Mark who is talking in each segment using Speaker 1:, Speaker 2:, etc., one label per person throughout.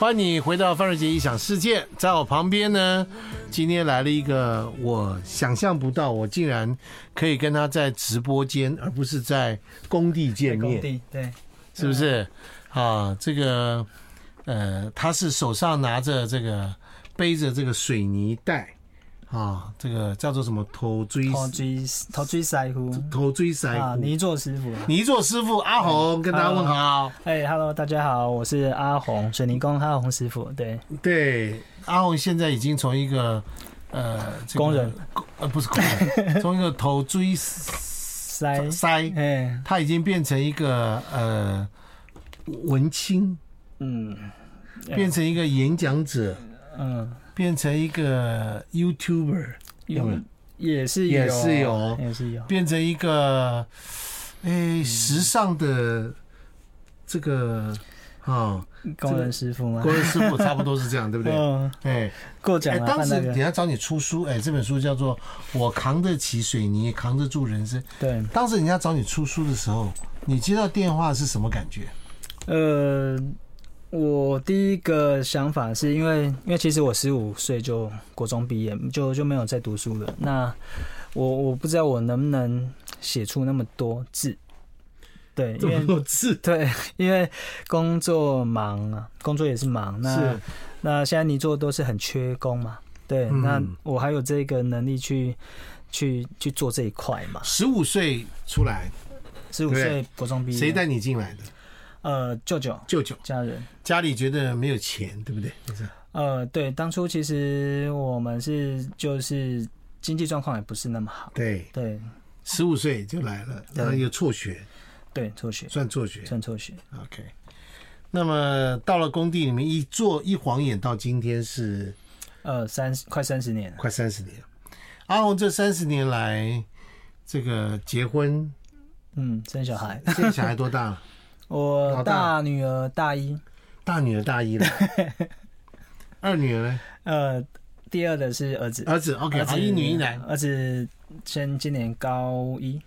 Speaker 1: 欢迎你回到范瑞杰异想世界，在我旁边呢，今天来了一个我想象不到，我竟然可以跟他在直播间，而不是在工地见
Speaker 2: 工
Speaker 1: 面，
Speaker 2: 地对，
Speaker 1: 是不是？啊，这个呃，他是手上拿着这个背着这个水泥袋啊，这个叫做什么头锥
Speaker 2: 头锥头锥腮乎
Speaker 1: 头锥塞
Speaker 2: 啊，
Speaker 1: 骨
Speaker 2: 泥做师傅。
Speaker 1: 泥做师傅阿红跟大家问好。
Speaker 2: 哎，Hello，大家好，我是阿红，水泥工阿红师傅。对，
Speaker 1: 对，阿红现在已经从一个呃、这个
Speaker 2: 工人
Speaker 1: 工呃不是工人，从一个头 锥
Speaker 2: 腮，
Speaker 1: 塞，
Speaker 2: 哎，
Speaker 1: 他已经变成一个呃文青，
Speaker 2: 嗯
Speaker 1: 变成一个演讲者，
Speaker 2: 嗯，
Speaker 1: 变成一个 YouTuber，有没有
Speaker 2: 也是
Speaker 1: 也
Speaker 2: 有
Speaker 1: 是有
Speaker 2: 也是有，
Speaker 1: 变成一个诶
Speaker 2: 嗯
Speaker 1: 时尚的这个 啊
Speaker 2: 工人师傅吗
Speaker 1: 国？人师傅，差不多是这样，对不对？
Speaker 2: 嗯，
Speaker 1: 哎
Speaker 2: 过奖
Speaker 1: 哎，
Speaker 2: 了，
Speaker 1: 当
Speaker 2: 办
Speaker 1: 时
Speaker 2: 那
Speaker 1: 等
Speaker 2: 个
Speaker 1: 一下找你出书，哎，这本书叫做《我扛得起水泥，扛得住人生》。
Speaker 2: 对，
Speaker 1: 当时人家找你出书的时候，你接到电话是什么感觉？
Speaker 2: 呃，我第一个想法是因为，因为其实我十五岁就国中毕业，就就没有在读书了。那我我不知道我能不能写出那么多字，对，因为
Speaker 1: 多字？
Speaker 2: 对，因为工作忙啊，工作也是忙。那
Speaker 1: 是
Speaker 2: 那现在你做都是很缺工嘛，对，
Speaker 1: 嗯
Speaker 2: 那我还有这个能力去去去做这一块嘛。
Speaker 1: 十五岁出来，
Speaker 2: 十五
Speaker 1: 对
Speaker 2: 岁国中毕业，
Speaker 1: 谁带你进来的？
Speaker 2: 呃，舅舅
Speaker 1: 舅舅，
Speaker 2: 家人。
Speaker 1: 家里觉得没有钱，对不对？就是
Speaker 2: 呃，对，当初其实我们是就是经济状况也不是那么好，
Speaker 1: 对，
Speaker 2: 对
Speaker 1: 十五岁就来了，
Speaker 2: 对
Speaker 1: 然后又辍学，
Speaker 2: 对，辍学，
Speaker 1: 算辍学。
Speaker 2: 算辍学。
Speaker 1: OK，那么到了工地里面一做一晃眼，到今天是
Speaker 2: 呃，三十快三十年了，
Speaker 1: 快三十年。阿红这三十年来，这个结婚，
Speaker 2: 嗯，生小孩，
Speaker 1: 现在小孩多 大了？老大
Speaker 2: 我大女儿大一，
Speaker 1: 大女儿大 一了，二女儿呢？
Speaker 2: 呃，第二的是儿子，
Speaker 1: 儿子哦 OK，
Speaker 2: 儿
Speaker 1: 好
Speaker 2: 子
Speaker 1: 一女一男。
Speaker 2: 儿子先今年高一，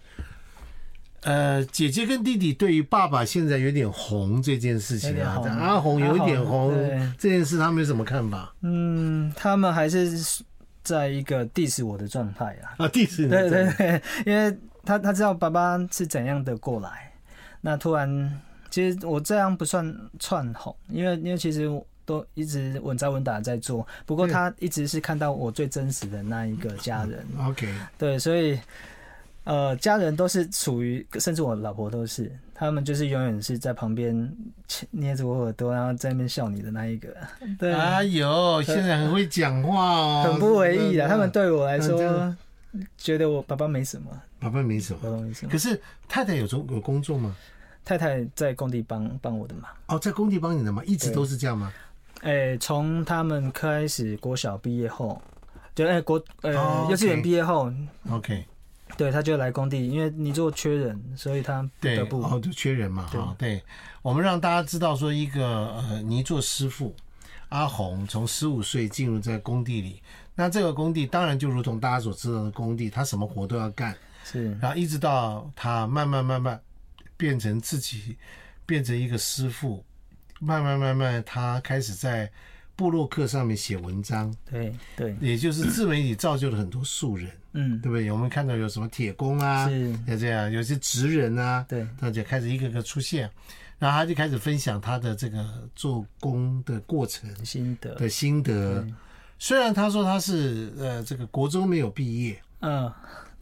Speaker 1: 呃，姐姐跟弟弟对于爸爸现在有点红这件事情
Speaker 2: 有点
Speaker 1: 啊，
Speaker 2: 红
Speaker 1: 但阿红有一点红
Speaker 2: 阿红对
Speaker 1: 这件事，他们有什么看法
Speaker 2: 嗯，他们还是在一个 diss 我的状态啊，
Speaker 1: 啊？弟是你
Speaker 2: 对对对，因为他他知道爸爸是怎样的过来，那突然其实我这样不算串红，因为因为其实我都一直稳扎稳打在做，不过
Speaker 1: 对
Speaker 2: 他一直是看到我最真实的那一个家人，
Speaker 1: OK，
Speaker 2: 对，所以呃，家人都是处于，甚至我老婆都是，他们就是永远是在旁边捏着我耳朵，然后在那边笑你的那一个，对，
Speaker 1: 哎呦，现在很会讲话哦，
Speaker 2: 很不为意
Speaker 1: 真
Speaker 2: 的，他们对我来
Speaker 1: 嗯这
Speaker 2: 说
Speaker 1: 样。
Speaker 2: 觉得我爸爸没什么，
Speaker 1: 爸爸没什
Speaker 2: 爸
Speaker 1: 么。
Speaker 2: 爸没什么。
Speaker 1: 可是太太有中有工作吗？
Speaker 2: 太太在工地帮帮我的忙。
Speaker 1: 哦，在工地帮你的吗？一直
Speaker 2: 对
Speaker 1: 都是这样吗？
Speaker 2: 哎、从他们开始国小毕业后，就哎、国呃、
Speaker 1: 哦，OK
Speaker 2: 幼稚园毕业后，
Speaker 1: OK，
Speaker 2: 对他就来工地，因为你做缺人，所以他不
Speaker 1: 对，
Speaker 2: 得不
Speaker 1: 哦，就缺人嘛，哈，对，我们让大家知道说，一个呃泥做师傅阿红从十五岁进入在工地里，那这个工地当然就如同大家所知道的工地，他什么活都要干，
Speaker 2: 是
Speaker 1: 然后一直到他慢慢慢慢变成自己，变成一个师傅，慢慢慢慢他开始在部落客上面写文章，
Speaker 2: 对对，
Speaker 1: 也就是自媒体造就了很多素人，
Speaker 2: 嗯
Speaker 1: 对，不对？我们看到有什么铁工啊，
Speaker 2: 是，
Speaker 1: 那这样有些职人啊，
Speaker 2: 对
Speaker 1: 那就开始一个个出现，然后他就开始分享他的这个做工的过程
Speaker 2: 心得，
Speaker 1: 的心
Speaker 2: 嗯
Speaker 1: 得。虽然他说他是呃这个国中没有毕业，
Speaker 2: 嗯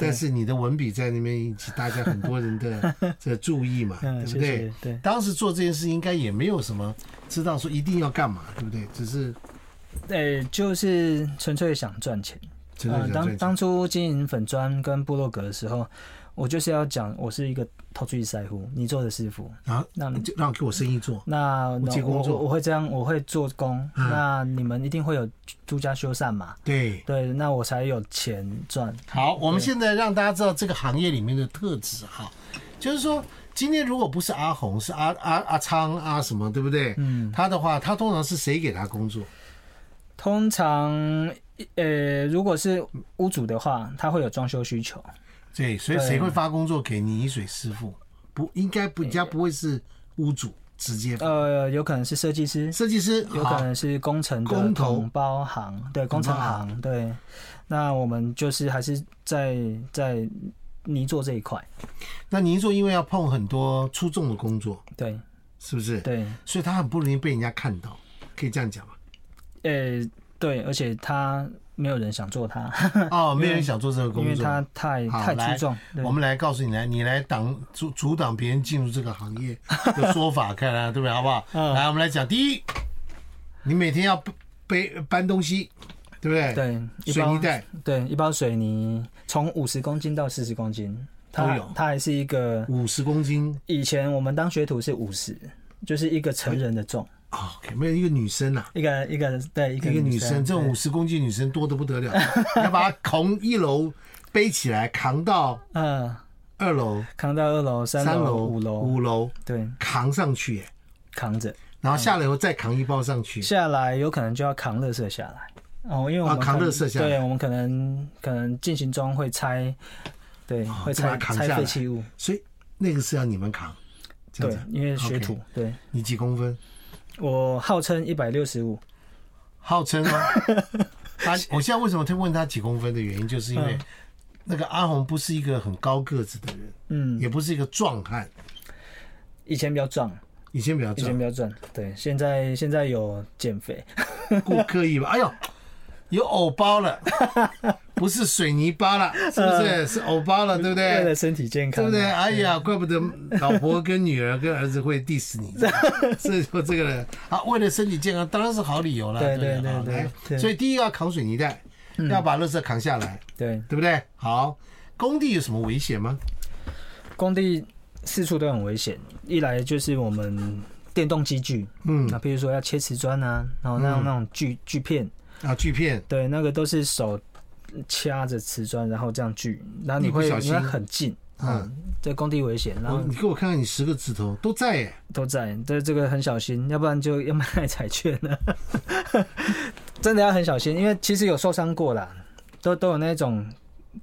Speaker 1: 但是你的文笔在那边引起大家很多人的这注意嘛，对
Speaker 2: 嗯，
Speaker 1: 不
Speaker 2: 谢
Speaker 1: 对
Speaker 2: 谢？，对，
Speaker 1: 当时做这件事应该也没有什么知道说一定要干嘛，对不对？只是
Speaker 2: 哎、就是纯粹想赚钱。
Speaker 1: 真的
Speaker 2: 呃，
Speaker 1: 想
Speaker 2: 当
Speaker 1: 赚钱
Speaker 2: 当初经营粉砖跟部落格的时候，我就是要讲我是一个投注意腮乎，你做的师傅，
Speaker 1: 然后
Speaker 2: 那
Speaker 1: 就让给我生意做，
Speaker 2: 那
Speaker 1: 我接工作
Speaker 2: 我我会这样，我会做工。
Speaker 1: 嗯
Speaker 2: 那你们一定会有住家修缮嘛？
Speaker 1: 对。
Speaker 2: 对，那我才有钱赚。
Speaker 1: 好，我们现在让大家知道这个行业里面的特质哈，就是说，今天如果不是阿红，是阿阿阿昌阿什么，对不对？
Speaker 2: 嗯，
Speaker 1: 他的话，他通常是谁给他工作？
Speaker 2: 通常，呃，如果是屋主的话，他会有装修需求。
Speaker 1: 对，所以
Speaker 2: 对
Speaker 1: 谁会发工作给泥水师傅？不应该不，人家不会是屋主，直接
Speaker 2: 呃，有可能是设计师，
Speaker 1: 设计师
Speaker 2: 有
Speaker 1: 好
Speaker 2: 可能是工程的
Speaker 1: 工头嗯
Speaker 2: 统包行，对，工程
Speaker 1: 统包行
Speaker 2: 行，对。那我们就是还是在在泥做这一块，
Speaker 1: 那泥做因为要碰很多出众的工作，
Speaker 2: 对
Speaker 1: 是不是？
Speaker 2: 对，
Speaker 1: 所以他很不容易被人家看到，可以这样讲吗？
Speaker 2: 呃、对，而且他没有人想做他，
Speaker 1: 哦，没有人想做这个
Speaker 2: 因
Speaker 1: 工
Speaker 2: 为
Speaker 1: 作。
Speaker 2: 他太
Speaker 1: 好
Speaker 2: 太
Speaker 1: 来
Speaker 2: 出众，对
Speaker 1: 我们来告诉你来，你来挡阻阻挡别人进入这个行业 的说法，看来对不对？好不好？
Speaker 2: 嗯
Speaker 1: 来，我们来讲第一，你每天要背背搬东西，对不对？
Speaker 2: 对一
Speaker 1: 水
Speaker 2: 包
Speaker 1: 泥袋
Speaker 2: 对一包水泥从五十公斤到四十公斤，
Speaker 1: 都
Speaker 2: 它
Speaker 1: 有
Speaker 2: 它还是一个
Speaker 1: 五十公斤
Speaker 2: 以前我们当学徒是五十，就是一个成人的重，
Speaker 1: 哦，OK，没有一个女生呐、
Speaker 2: 一个一个对一个
Speaker 1: 一个女生，这种
Speaker 2: 对
Speaker 1: 五十公斤女生多的不得 了，要把她从一楼背起来扛到
Speaker 2: 嗯。
Speaker 1: 二楼、
Speaker 2: 扛到二楼、三
Speaker 1: 三楼、
Speaker 2: 五楼，
Speaker 1: 五楼
Speaker 2: 对，
Speaker 1: 扛上去耶，
Speaker 2: 扛着
Speaker 1: 然后下来以后再扛一包上去，
Speaker 2: 下来，有可能就要扛垃圾下来。哦，因为我
Speaker 1: 啊
Speaker 2: 们
Speaker 1: 扛
Speaker 2: 可能
Speaker 1: 垃圾下来
Speaker 2: 对，我们可能可能进行中会拆，对，会
Speaker 1: 哦再把
Speaker 2: 拆
Speaker 1: 它扛
Speaker 2: 拆
Speaker 1: 下
Speaker 2: 废
Speaker 1: 来
Speaker 2: 弃物，
Speaker 1: 所以那个是要你们扛。这样
Speaker 2: 对
Speaker 1: 子，
Speaker 2: 因为学
Speaker 1: OK
Speaker 2: 徒，对
Speaker 1: 你几公分？
Speaker 2: 我号称一百六十五，
Speaker 1: 号称哦， 他我现在为什么会问他几公分的原因，就是因为
Speaker 2: 嗯
Speaker 1: 那个阿红不是一个很高个子的人，
Speaker 2: 嗯，
Speaker 1: 也不是一个壮汉，
Speaker 2: 以前比较壮，
Speaker 1: 以前比较
Speaker 2: 以前
Speaker 1: 壮
Speaker 2: 比，较壮，对，现在现在有减肥，
Speaker 1: 故刻意吧？哎呦，有藕包 了，不是水泥巴了，
Speaker 2: 嗯
Speaker 1: 是不是？是藕包了，对不
Speaker 2: 为
Speaker 1: 对？
Speaker 2: 了身体健
Speaker 1: 对
Speaker 2: 康
Speaker 1: 不
Speaker 2: 啊，
Speaker 1: 对？哎呀，怪不得老婆跟女儿跟儿子会 diss 你，所以说这个人啊，为了身体健康当然是好理由了，
Speaker 2: 对
Speaker 1: 对不
Speaker 2: 对
Speaker 1: 好
Speaker 2: 对
Speaker 1: 来
Speaker 2: 对嗯
Speaker 1: 所以第一个要扛水泥袋，要把垃圾扛下来，
Speaker 2: 对，
Speaker 1: 对不对？好，工地有什么危险吗？
Speaker 2: 工地四处都很危险，一来就是我们电动机具，
Speaker 1: 嗯
Speaker 2: 那比如说要切瓷砖啊，然后那种
Speaker 1: 嗯
Speaker 2: 那种锯锯片，
Speaker 1: 啊，锯片，
Speaker 2: 对，那个都是手掐着瓷砖，然后这样锯，然后你
Speaker 1: 一不
Speaker 2: 会
Speaker 1: 小
Speaker 2: 你
Speaker 1: 心
Speaker 2: 会很近，啊
Speaker 1: 嗯，
Speaker 2: 在工地危险，然
Speaker 1: 我
Speaker 2: 后
Speaker 1: 你给我看看你十个指头都在耶，
Speaker 2: 都在，对这个很小心，要不然就要卖彩券了， 真的要很小心，因为其实有受伤过啦，都都有那种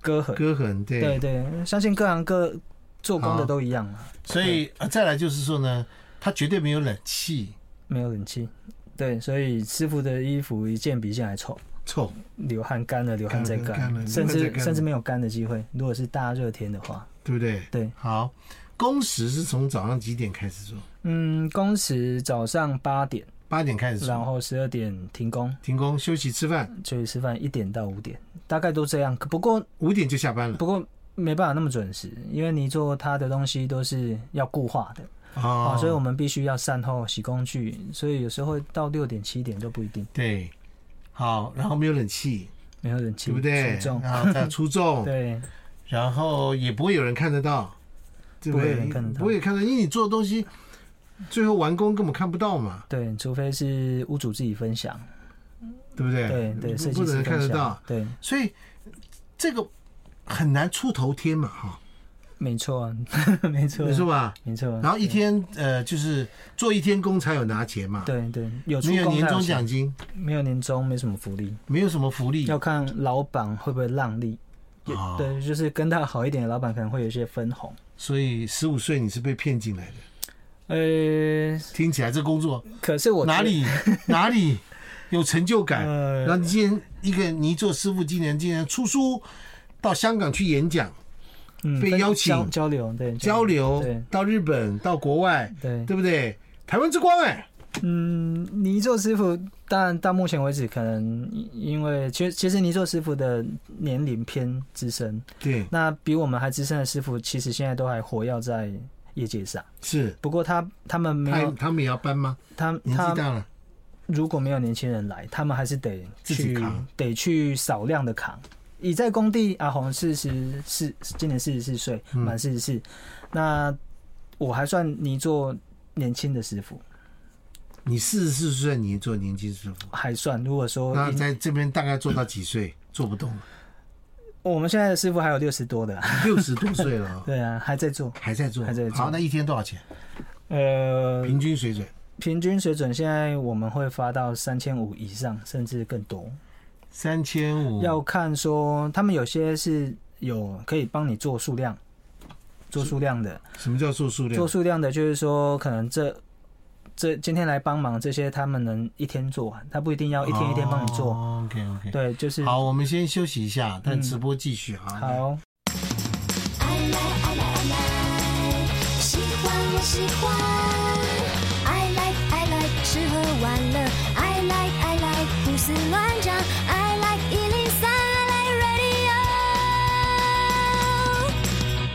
Speaker 2: 割痕，
Speaker 1: 割痕，对，
Speaker 2: 对对，相信各行各做工
Speaker 1: 好
Speaker 2: 的都一样啊，
Speaker 1: 所以呃再来就是说呢，它绝对没有冷气
Speaker 2: 没有冷气，对，所以师傅的衣服一件比一件还臭。
Speaker 1: 臭，
Speaker 2: 流汗干了，流汗再
Speaker 1: 干了干了
Speaker 2: 干，
Speaker 1: 流
Speaker 2: 甚
Speaker 1: 汗再
Speaker 2: 至
Speaker 1: 干
Speaker 2: 甚至
Speaker 1: 了
Speaker 2: 没有干的机会。如果是大热天的话，
Speaker 1: 对不对？
Speaker 2: 对，
Speaker 1: 好，工时是从早上几点开始做？
Speaker 2: 嗯，工时早上八点，
Speaker 1: 八点开始
Speaker 2: 然
Speaker 1: 做，
Speaker 2: 后十二点停工，
Speaker 1: 停工休息吃饭，
Speaker 2: 就去吃饭，一点到五点，大概都这样。可不过
Speaker 1: 五点就下班了
Speaker 2: 不过没办法那么准时，因为你做它的东西都是要固化的啊、
Speaker 1: 哦
Speaker 2: 所以我们必须要善后洗工具，所以有时候会到六点七点都不一定，
Speaker 1: 对，好，然后没有冷气，
Speaker 2: 没有人气，
Speaker 1: 对不对嗯
Speaker 2: 出众？
Speaker 1: 然后再出众，
Speaker 2: 对
Speaker 1: 然后也不会有人看得到，对不
Speaker 2: 不会有
Speaker 1: 对
Speaker 2: 人看得？到
Speaker 1: 不会看到，因为你做的东西最后完工根本看不到嘛。
Speaker 2: 对，除非是屋主自己分享，
Speaker 1: 对不对？
Speaker 2: 对对，设
Speaker 1: 不
Speaker 2: 计
Speaker 1: 能
Speaker 2: 师
Speaker 1: 看得
Speaker 2: 分
Speaker 1: 到
Speaker 2: 享，，对，
Speaker 1: 所以这个很难出头天嘛，哈，
Speaker 2: 没错 啊，没错啊，
Speaker 1: 你说吧。
Speaker 2: 没错啊。
Speaker 1: 然后一天呃，就是做一天工才有拿钱嘛，
Speaker 2: 对对，有出
Speaker 1: 没有
Speaker 2: 工
Speaker 1: 年
Speaker 2: 才
Speaker 1: 终
Speaker 2: 钱，
Speaker 1: 奖金，
Speaker 2: 没有年终，没什么福利，
Speaker 1: 没有什么福利
Speaker 2: 要看老板会不会让利。也
Speaker 1: 哦
Speaker 2: 对，就是跟他好一点的老板可能会有一些分红。
Speaker 1: 所以十五岁你是被骗进来的。
Speaker 2: 呃，
Speaker 1: 听起来这工作
Speaker 2: 可是我
Speaker 1: 哪
Speaker 2: 觉得
Speaker 1: 里 哪里有成就感？然后
Speaker 2: 呃，
Speaker 1: 你今天一个泥做师傅，今年今年出书到香港去演讲
Speaker 2: 嗯
Speaker 1: 被
Speaker 2: 分
Speaker 1: 邀请
Speaker 2: 交交流，对
Speaker 1: 交流
Speaker 2: 对，
Speaker 1: 到日本到国外，
Speaker 2: 对，
Speaker 1: 对不对？台湾之光哎，
Speaker 2: 嗯，泥做师傅，但到目前为止，可能因为其实其实泥做师傅的年龄偏资深，
Speaker 1: 对，
Speaker 2: 那比我们还资深的师傅，其实现在都还活跃在业界上。
Speaker 1: 是
Speaker 2: 不过他他们没
Speaker 1: 他
Speaker 2: 有
Speaker 1: 他们也要搬吗？
Speaker 2: 他
Speaker 1: 年
Speaker 2: 他
Speaker 1: 纪大了。
Speaker 2: 如果没有年轻人来，他们还是得
Speaker 1: 自己
Speaker 2: 去
Speaker 1: 扛
Speaker 2: 得去少量的扛。已在工地，阿红四十四，今年四十四岁，
Speaker 1: 嗯
Speaker 2: 满四十四。那我还算泥做年轻的师傅，
Speaker 1: 你四十四岁，你做年轻师傅，
Speaker 2: 还算。如果说
Speaker 1: 那
Speaker 2: 因
Speaker 1: 在这边大概做到几岁？做不动了，
Speaker 2: 我们现在的师傅还有六十多的、啊，
Speaker 1: 六十多岁了哦，
Speaker 2: 对啊，还在做。
Speaker 1: 还在做，
Speaker 2: 还在做
Speaker 1: 好，那一天多少钱？
Speaker 2: 呃，
Speaker 1: 平均水准
Speaker 2: 平均水准现在我们会发到三千五以上，甚至更多。
Speaker 1: 三千五，
Speaker 2: 要看说他们有些是有可以帮你做数量，做数量的。
Speaker 1: 什么叫做数量
Speaker 2: 做？数量的，就是说可能这这今天来帮忙这些，他们能一天做完，他不一定要一天一天帮你做。
Speaker 1: OK OK，
Speaker 2: 对，就是
Speaker 1: 哦好，我们先休息一下，但
Speaker 2: 嗯
Speaker 1: 直播继续啊。来
Speaker 2: 好
Speaker 3: 爱来爱来爱来，喜欢我喜欢。爱来爱来，吃喝玩乐。爱来爱来，胡思乱想。爱来一零三，爱来 radio。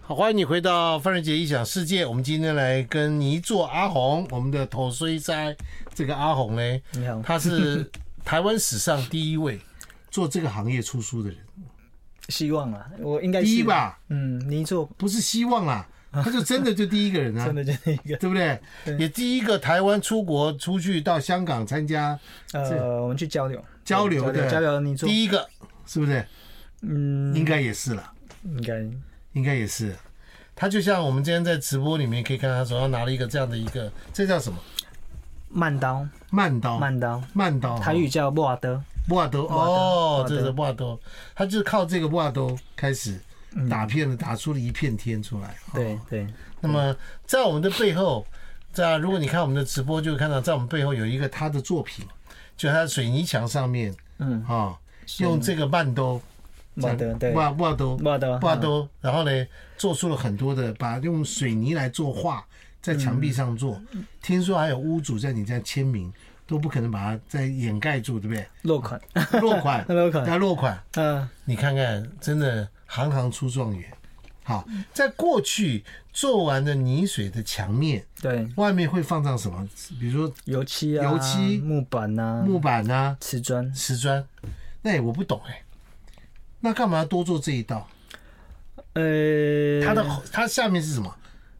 Speaker 1: 好，欢迎你回到范仁杰异想世界。我们今天来跟泥做阿红，我们的头虽哉这个阿红呢，
Speaker 2: 你好，
Speaker 1: 他是 台湾史上第一位做这个行业出书的人，
Speaker 2: 希望啊，我应该是
Speaker 1: 第一。吧，
Speaker 2: 嗯，你做
Speaker 1: 不是希望啦，他就真的就第一个人啊，
Speaker 2: 真的就是一个
Speaker 1: 对不对？也第一个台湾出国出去到香港参加
Speaker 2: 呃，我们去交流
Speaker 1: 交流
Speaker 2: 对
Speaker 1: 的，
Speaker 2: 交流，你做
Speaker 1: 第一个是不是？
Speaker 2: 嗯，
Speaker 1: 应该也是了，
Speaker 2: 应该
Speaker 1: 应该也是。他就像我们今天在直播里面可以看到，他手上拿了一个这样的一个，这叫什么？
Speaker 2: 慢刀
Speaker 1: 慢刀，
Speaker 2: 慢刀，
Speaker 1: 慢刀，
Speaker 2: 台语叫莫瓦德，
Speaker 1: 布瓦多
Speaker 2: 瓦多
Speaker 1: 哦
Speaker 2: 布瓦，
Speaker 1: 这
Speaker 2: 多
Speaker 1: 是布瓦多，他就是靠这个布瓦多开始打遍了，打出了一片天出来。哦
Speaker 2: 对对，
Speaker 1: 那么在我们的背后，在如果你看我们的直播，就会看到在我们背后有一个他的作品，就他的水泥墙上面
Speaker 2: 嗯，
Speaker 1: 啊，用这个慢兜，
Speaker 2: 莫瓦德对，啊嗯
Speaker 1: 布
Speaker 2: 莫
Speaker 1: 瓦布瓦多，
Speaker 2: 瓦德
Speaker 1: 布瓦多，然后呢，做出了很多的，把用水泥来作画，在墙壁上做，听说还有屋主在你家签名，都不可能把它再掩盖住，对不对？
Speaker 2: 落款，，
Speaker 1: 落款
Speaker 2: 落款
Speaker 1: 要落款。
Speaker 2: 嗯，
Speaker 1: 你看看，真的行行出状元。好，在过去做完的泥水的墙面，
Speaker 2: 对，
Speaker 1: 外面会放上什么？比如说
Speaker 2: 油漆啊，
Speaker 1: 油漆
Speaker 2: 木板呐，
Speaker 1: 木板啊、
Speaker 2: 瓷砖，
Speaker 1: 瓷砖。那、我不懂哎、那干嘛要多做这一道？
Speaker 2: 呃，
Speaker 1: 它的它下面是什么？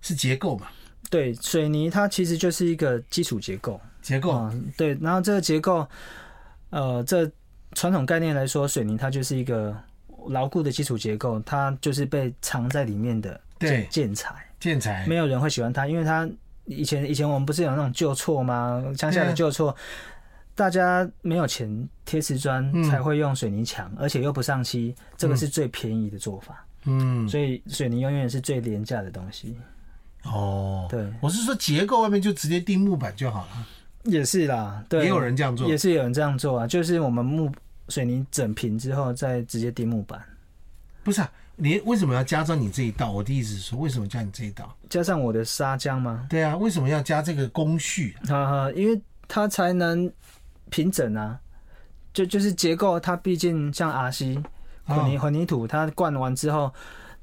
Speaker 1: 是结构嘛？
Speaker 2: 对水泥它其实就是一个基础结构，
Speaker 1: 结构
Speaker 2: 嗯，对，然后这个结构，呃，这传统概念来说，水泥它就是一个牢固的基础结构，它就是被藏在里面的
Speaker 1: 对
Speaker 2: 建材，
Speaker 1: 建材
Speaker 2: 没有人会喜欢它，因为它以前以前我们不是有那种旧错吗？乡下
Speaker 1: 对
Speaker 2: 的
Speaker 1: 啊
Speaker 2: 旧错。大家没有钱贴瓷砖
Speaker 1: 嗯，
Speaker 2: 才会用水泥墙，而且又不上漆，这个是最便宜的做法。
Speaker 1: 嗯
Speaker 2: 所以水泥永远是最廉价的东西。
Speaker 1: 哦，
Speaker 2: 对
Speaker 1: 我是说结构外面就直接钉木板就好了，
Speaker 2: 也是啦，对，
Speaker 1: 也有人这样做
Speaker 2: 也是有人这样做啊，就是我们木水泥整平之后再直接钉木板，
Speaker 1: 不是、啊？你为什么要加装你这一道？我的意思是说，为什么加你这一道？
Speaker 2: 加上我的砂浆嘛，
Speaker 1: 对啊，为什么要加这个工序？
Speaker 2: 哈哈，啊因为它才能平整啊。就就是结构，它毕竟像阿西混凝
Speaker 1: 哦
Speaker 2: 混凝土，它灌完之后，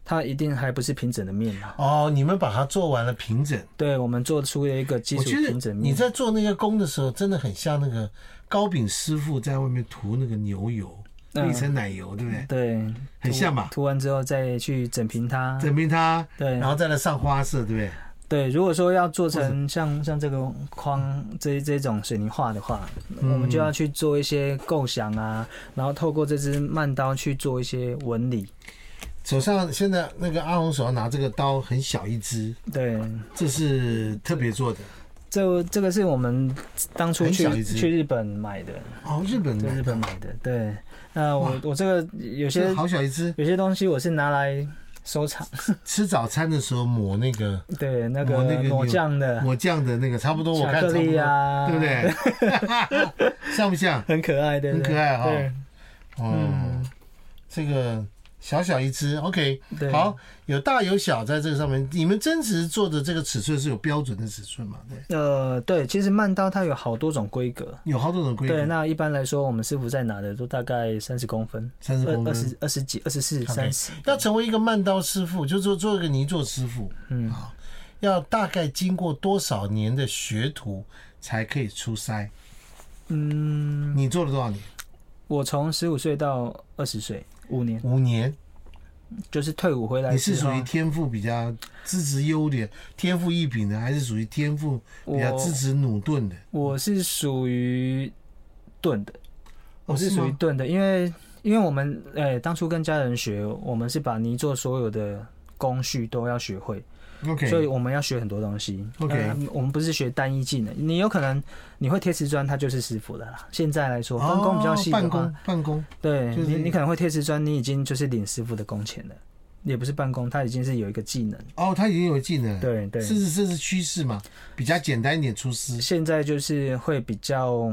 Speaker 2: 它一定还不是平整的面嘛。
Speaker 1: 哦，你们把它做完了平整，
Speaker 2: 对，我们做出了一个基
Speaker 1: 我
Speaker 2: 础
Speaker 1: 觉
Speaker 2: 平
Speaker 1: 得
Speaker 2: 整
Speaker 1: 你
Speaker 2: 面。
Speaker 1: 在做那个工的时候，真的很像那个糕饼师傅在外面涂那个牛油，
Speaker 2: 嗯
Speaker 1: 一层奶油，对不对？
Speaker 2: 对，
Speaker 1: 很
Speaker 2: 涂
Speaker 1: 像吧
Speaker 2: 涂完之后再去整平它。
Speaker 1: 整平它，
Speaker 2: 对
Speaker 1: 然后再来上花色，对不对？
Speaker 2: 对，如果说要做
Speaker 1: 或
Speaker 2: 成像像这个框这这种水泥画的话，
Speaker 1: 嗯
Speaker 2: 我们就要去做一些构想啊，然后透过这支慢刀去做一些纹理。
Speaker 1: 手上现在那个阿红手上拿这个刀很小一只，
Speaker 2: 对，
Speaker 1: 这是特别做的
Speaker 2: 这这个是我们当初
Speaker 1: 很小一
Speaker 2: 去
Speaker 1: 支
Speaker 2: 去日本买的，
Speaker 1: 哦，日本
Speaker 2: 在
Speaker 1: 的
Speaker 2: 日本买的。对，那
Speaker 1: 哇
Speaker 2: 我我这个有
Speaker 1: 这
Speaker 2: 些
Speaker 1: 个好小一只，
Speaker 2: 有些东西我是拿来收藏，
Speaker 1: 吃早餐的时候抹那个
Speaker 2: 对，那
Speaker 1: 抹那
Speaker 2: 个
Speaker 1: 个
Speaker 2: 抹
Speaker 1: 牛
Speaker 2: 酱的
Speaker 1: 抹酱的那个，差不多我
Speaker 2: 巧
Speaker 1: 看差
Speaker 2: 克
Speaker 1: 不
Speaker 2: 力
Speaker 1: 多，
Speaker 2: 啊，
Speaker 1: 对不？对？ 像不像？
Speaker 2: 很可爱，对不
Speaker 1: 很
Speaker 2: 对？
Speaker 1: 可爱哈
Speaker 2: 对
Speaker 1: 嗯，这个小小一只，OK，
Speaker 2: 对
Speaker 1: 好，有大有小，在这个上面，你们真实做的这个尺寸是有标准的尺寸嘛？对，
Speaker 2: 呃，对，其实慢刀它有好多种规格。
Speaker 1: 有好多种规
Speaker 2: 对，
Speaker 1: 格，
Speaker 2: 那一般来说，我们师傅在拿的都大概三十公分，
Speaker 1: 三十
Speaker 2: 二
Speaker 1: 公
Speaker 2: 二
Speaker 1: 分。
Speaker 2: 十二十几、二十四、三十。
Speaker 1: 要成为一个慢刀师傅，就做做一个泥作师傅，
Speaker 2: 嗯，
Speaker 1: 啊，要大概经过多少年的学徒才可以出塞？
Speaker 2: 嗯，
Speaker 1: 你做了多少年？
Speaker 2: 我从十五岁到二十岁，五年，
Speaker 1: 五年。
Speaker 2: 就是退伍回来
Speaker 1: 你是
Speaker 2: 之
Speaker 1: 属
Speaker 2: 后
Speaker 1: 于天赋比较资质优点、天赋异禀的，还是属于天赋比较
Speaker 2: 我
Speaker 1: 资质努钝的？
Speaker 2: 我是属于钝的，
Speaker 1: 哦
Speaker 2: 我是
Speaker 1: 是
Speaker 2: 属于
Speaker 1: 吗
Speaker 2: 钝的，因为因为我们哎、当初跟家人学，我们是把泥做所有的工序都要学会。
Speaker 1: OK，
Speaker 2: 所以我们要学很多东西。
Speaker 1: OK
Speaker 2: 呃我们不是学单一技能，你有可能你会贴瓷砖，它就是师傅的啦。现在来说，分工比较细
Speaker 1: 哦办
Speaker 2: 的话，
Speaker 1: 公办公
Speaker 2: 对
Speaker 1: 就是
Speaker 2: 你你可能会贴瓷砖，你已经就是领师傅的工钱了。也不是半工，他已经是有一个技能。
Speaker 1: 哦，他已经有技能了，
Speaker 2: 对对
Speaker 1: 是是这是趋势嘛，比较简单一点出师
Speaker 2: 现在就是会比较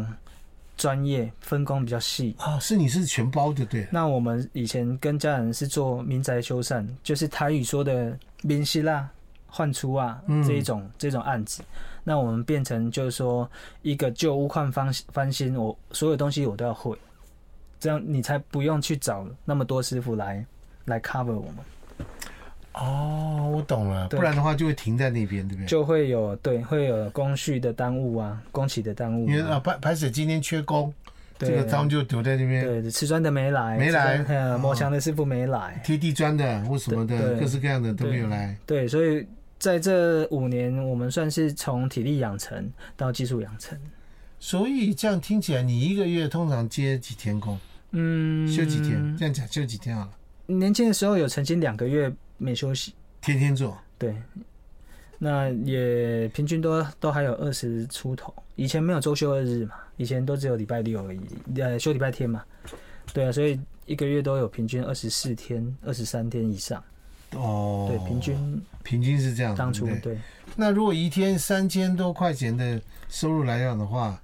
Speaker 2: 专业，分工比较细。
Speaker 1: 啊，是你是全包就对了，
Speaker 2: 那我们以前跟家人是做民宅修缮，就是台语说的民希腊换出啊
Speaker 1: 嗯
Speaker 2: 这一种、这种案子。那我们变成就是说一个旧屋换翻翻新，我所有东西我都要会，这样你才不用去找那么多师傅来来 cover 我们，
Speaker 1: 哦，我懂了，
Speaker 2: 对
Speaker 1: 不然的话就会停在那边，对不对？
Speaker 2: 就会有对会有工序的耽误啊，工期的耽误、
Speaker 1: 因为啊，
Speaker 2: 啊，
Speaker 1: 排排水今天缺工，这
Speaker 2: 对啊
Speaker 1: 个他们就留在那边
Speaker 2: 对瓷砖的没来，
Speaker 1: 没来
Speaker 2: 瓷砖呃磨
Speaker 1: 哦
Speaker 2: 墙的师傅没来，
Speaker 1: 贴地砖的或什么
Speaker 2: 对
Speaker 1: 的，
Speaker 2: 对
Speaker 1: 各式各样的都没有来。
Speaker 2: 对，所以在这五年，我们算是从体力养成到技术养成。
Speaker 1: 所以这样听起来，你一个月通常接几天工，
Speaker 2: 嗯，
Speaker 1: 休几天？这样讲休几天好了，
Speaker 2: 年轻的时候有曾经两个月没休息，
Speaker 1: 天天做。
Speaker 2: 对，那也平均都都还有二十出头。以前没有周休二日嘛，以前都只有礼拜六而已，呃，休礼拜天嘛。对啊，所以一个月都有平均二十四天、二十三天以上。
Speaker 1: 哦，
Speaker 2: 对，平均
Speaker 1: 平均是这样。
Speaker 2: 当初
Speaker 1: 对不对
Speaker 2: 对
Speaker 1: 那如果一天三千多块钱的收入来讲的话，